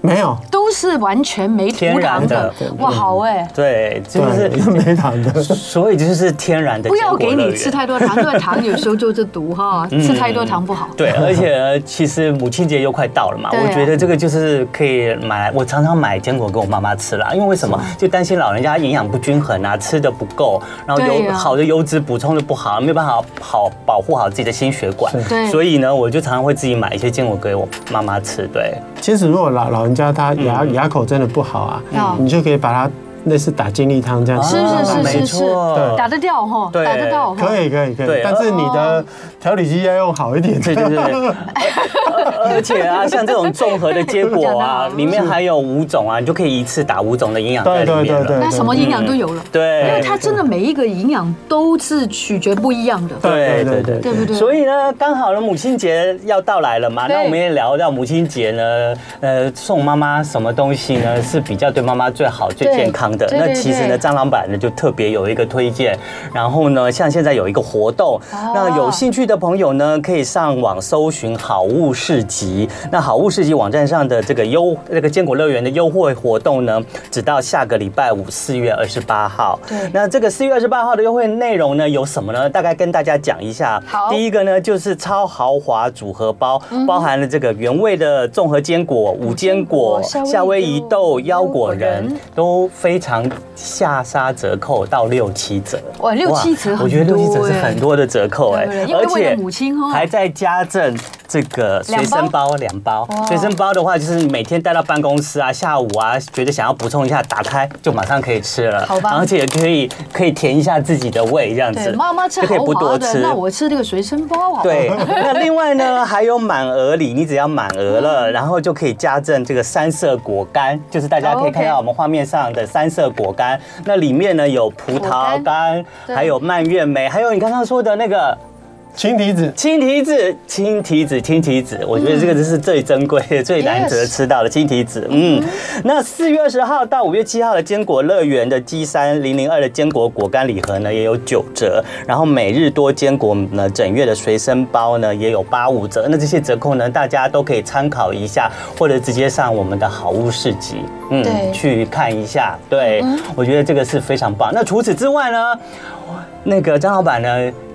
D: 没有，
B: 都是完全没土
C: 天然
B: 壤
C: 的嗯
B: 的
C: 对，
B: 哇，好哎。
C: 对，就
D: 对，
C: (laughs) 是
D: 没糖的。
C: 所以就是天然的
B: 不
C: 坚
B: 要
C: 果
B: 给
C: 乐
B: 你
C: 园
B: 吃太多糖，对糖有时候就是毒哈，
C: 嗯
B: 吃太多糖不好。 (laughs)
C: 对，而且呃其实母亲节又快到了嘛，
B: 对啊
C: 我觉得这个就是可以买来，我常常买坚果给我妈妈吃啦，因为为什么？就担心老人家营养不均衡啊，吃的不够，然后
B: 对
C: 油
B: 啊
C: 好的油脂补充的不好，没有办法好保护好自己的心血管
D: 是，
B: 对
C: 所以呢，我就常常会自己买一些坚果给我妈妈吃，对，
D: 其实如果老老人家他
C: 嗯
D: 牙牙口真的不好啊
B: 嗯，
D: 你就可以把它类似打精力汤这样
B: 是
D: 子。
B: 是
C: 啊
B: 是
C: 没
B: 是是
C: 错，
B: 打得掉哈，
C: 对
B: 打得到哈。
D: 可以可以可
C: 对
D: 以，但是你
B: 哦
D: 的调理机要用好一点。
C: 对对对对，而而且啊，像这种综合的结
B: (laughs)
C: 果啊
B: 讲得，好
C: 里面还有五种啊，你就可以一次打五种的营养在
D: 对
C: 里
D: 对
C: 面
D: 对
C: 了。
D: 对，
B: 那什么营养都有了，
C: 嗯对，
B: 因为它真的每一个营养都是取决不一样的。
C: 对对
D: 对对
C: 对
B: (laughs)
D: 对
B: 对不对
C: 所以呢，刚好呢，母亲节要到来了嘛，
B: 对
C: 那我们也聊到母亲节呢，呃，送妈妈什么东西呢是比较对妈妈最好、最健康的？
B: 对对
C: 那其实呢，
B: 对
C: 张老板呢就特别有一个推荐，然后呢，像现在有一个活动，
B: 哦
C: 那有兴趣的朋友呢，可以上网搜寻好物市集。那好物市集网站上的这个优这个坚果乐园的优惠活动呢，直到下个礼拜五四月二十八号。
B: 对
C: 那这个四月二十八号的优惠内容呢有什么呢？大概跟大家讲一下。
B: 好嗯
C: 第一个呢就是超豪华组合包，包含了这个原味的综合坚果、五坚果、
B: 哦夏威夷
C: 夏威夷豆、
B: 豆
C: 腰果仁
B: 腰果仁
C: 都非常下杀折扣到六七折。
B: 哇六七折
C: 哇我觉得
B: 很多
C: 六七折是
B: 欸
C: 很多的折扣哎
B: 对，因为为了母亲哦
C: 还再加赠这个随身包两包
B: 哇。
C: 随身包的话，就是每天带到办公室啊，下午啊，觉得想要补充一下，打开就马上可以吃了。
B: 好吧
C: 而且也可以可以填一下自己的胃，这样子
B: 对，妈妈吃
C: 就可以
B: 豪
C: 不
B: 华
C: 多
B: 的，
C: 吃。
B: 那我吃那个随身包好了。
C: 对，那另外呢，还有满额礼，你只要满额
B: 嗯
C: 了，然后就可以加赠这个三色果干，就是大家可以看到
B: OK
C: 我们画面上的三色果干。那里面呢有葡萄
B: 果
C: 干，
B: 对
C: 还有蔓越莓，还有你刚刚说的那个
D: 青
C: (laughs)
D: 提子
C: 青提子，青提子，青提子，我觉得这个是最珍贵、最难得吃到的青提子。嗯，那四月二十号到五月七号的坚果乐园的 G 三零零二的坚果果干礼盒呢，也有九折。然后每日多坚果呢，整月的随身包呢也有八五折。那这些折扣呢，大家都可以参考一下，或者直接上我们的好物市集，嗯
B: 对
C: 去看一下。对，我觉得这个是非常棒。那除此之外呢，那个张老板呢，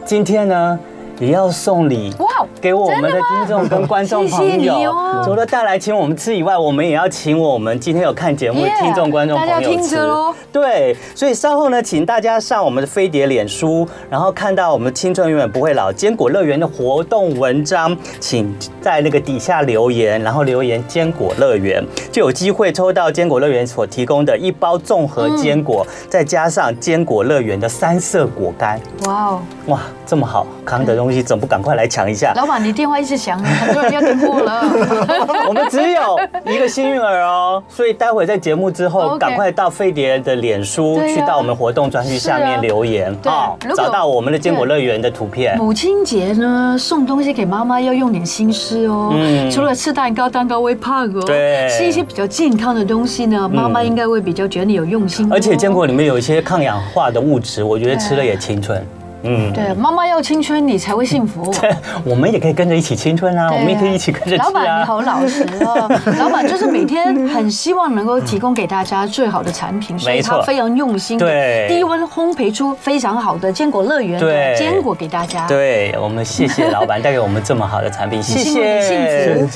C: 今天呢也要送礼
B: 哇哦
C: 给我们的
B: 真的吗
C: 听众跟观众朋
B: 谢谢
C: 友
B: 你哦。
C: 除了带来请我们吃以外，我们也要请我们今天有看节目的
B: Yeah，
C: 听众观众朋
B: 大家
C: 友
B: 听
C: 吃
B: 着咯。
C: 对，所以稍后呢，请大家上我们的飞碟脸书，然后看到我们青春永远不会老坚果乐园的活动文章，请在那个底下留言，然后留言坚果乐园，就有机会抽到坚果乐园所提供的一包综合坚果，再加上坚果乐园的三色果干。
B: 哇哦，
C: 哇，这么好扛的东西，怎么不赶快来抢一下？
B: 老板，你电话一直响，很多人要订货了。
C: (laughs) 我们只有一个幸运儿哦，所以待会在节目之后，
B: OK
C: 赶快到飞碟的脸书
B: 对啊
C: 去到我们活动专区下
B: 是
C: 面
B: 啊
C: 留言
B: 对
C: 哦
B: 如果
C: 找到我们的坚果乐园的图片。
B: (laughs) 母亲节呢，送东西给妈妈要用点心思哦。
C: 嗯
B: 除了吃蛋糕，蛋糕会胖哦。
C: 对嗯
B: 吃一些比较健康的东西呢，妈妈应该会比较觉得你有用心哦、
C: 而且坚果里面有一些抗氧化的物质，我觉得吃了也青春。嗯，
B: 对，妈妈要青春，你才会幸福。
C: (laughs) 我们也可以跟着一起青春啊，
B: 对
C: 我
B: 啊
C: 们也可以一起跟着
B: 老
C: 吃
B: 板，你
C: 啊。
B: 好老实哦。
C: (laughs)
B: 老板就是每天很希望能够提供给大家最好的产品，所以
C: 没
B: 他
C: 错
B: 非常用心，
C: 对
B: 低温烘焙出非常好的坚果乐园
C: 对
B: 的坚果给大家。
C: 对我们谢谢老板带给我们这么好的产品，谢
B: 幸运幸
C: 谢
B: 福。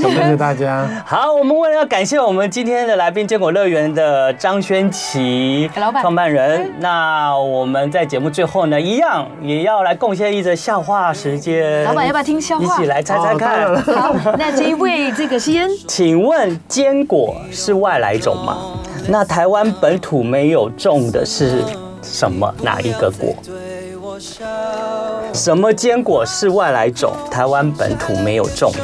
D: 谢谢大家。
C: 好，我们为了要感谢我们今天的来宾，坚果乐园的张轩琪
B: 老板
C: 创办人。那我们在节目最后呢，一样也要来贡献一则笑话时间。
B: 老板要不要听笑话
C: 一起来猜猜
D: 哦当然
C: 看
D: 了。
B: 好，那这一位这个是烟，
C: 请问坚果是外来种吗？那台湾本土没有种的是什么？哪一个果？什么坚果是外来种？台湾本土没有种
B: (laughs)
C: 的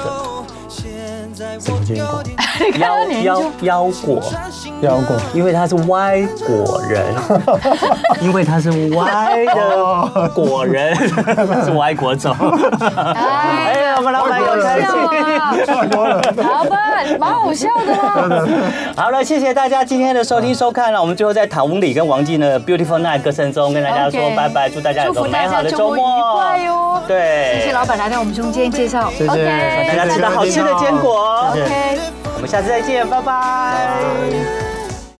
D: 什么坚果？
B: 你看到你
C: 腰
B: 就
C: 腰果，
D: 腰果。
C: 因为它是歪果仁， (laughs) 因为它是歪的果仁， (laughs) 是歪果种。哎
B: 哎
C: 呀，我们老板有开心。
D: 啊
B: 心，老板蛮好笑的啦。
C: 好了，谢谢大家今天的收听收看了。我们最后在唐文里跟王静的《Beautiful Night》歌声中跟大家说
B: OK
C: 拜拜，祝大家有
B: 祝
C: 个
B: 福
C: 美
B: 大
C: 好
B: 家
C: 的
B: 周
C: 周
B: 末
C: 末
B: 愉快哦。
C: 对，
B: 谢谢老板来到我们中间介绍
D: 谢谢
B: ，OK，
C: 大
D: 大
C: 家
D: 家
C: 吃
D: 吃
C: 到
D: 到
C: 好吃的坚果。哦
B: OK。
C: 我们们下次再见，拜拜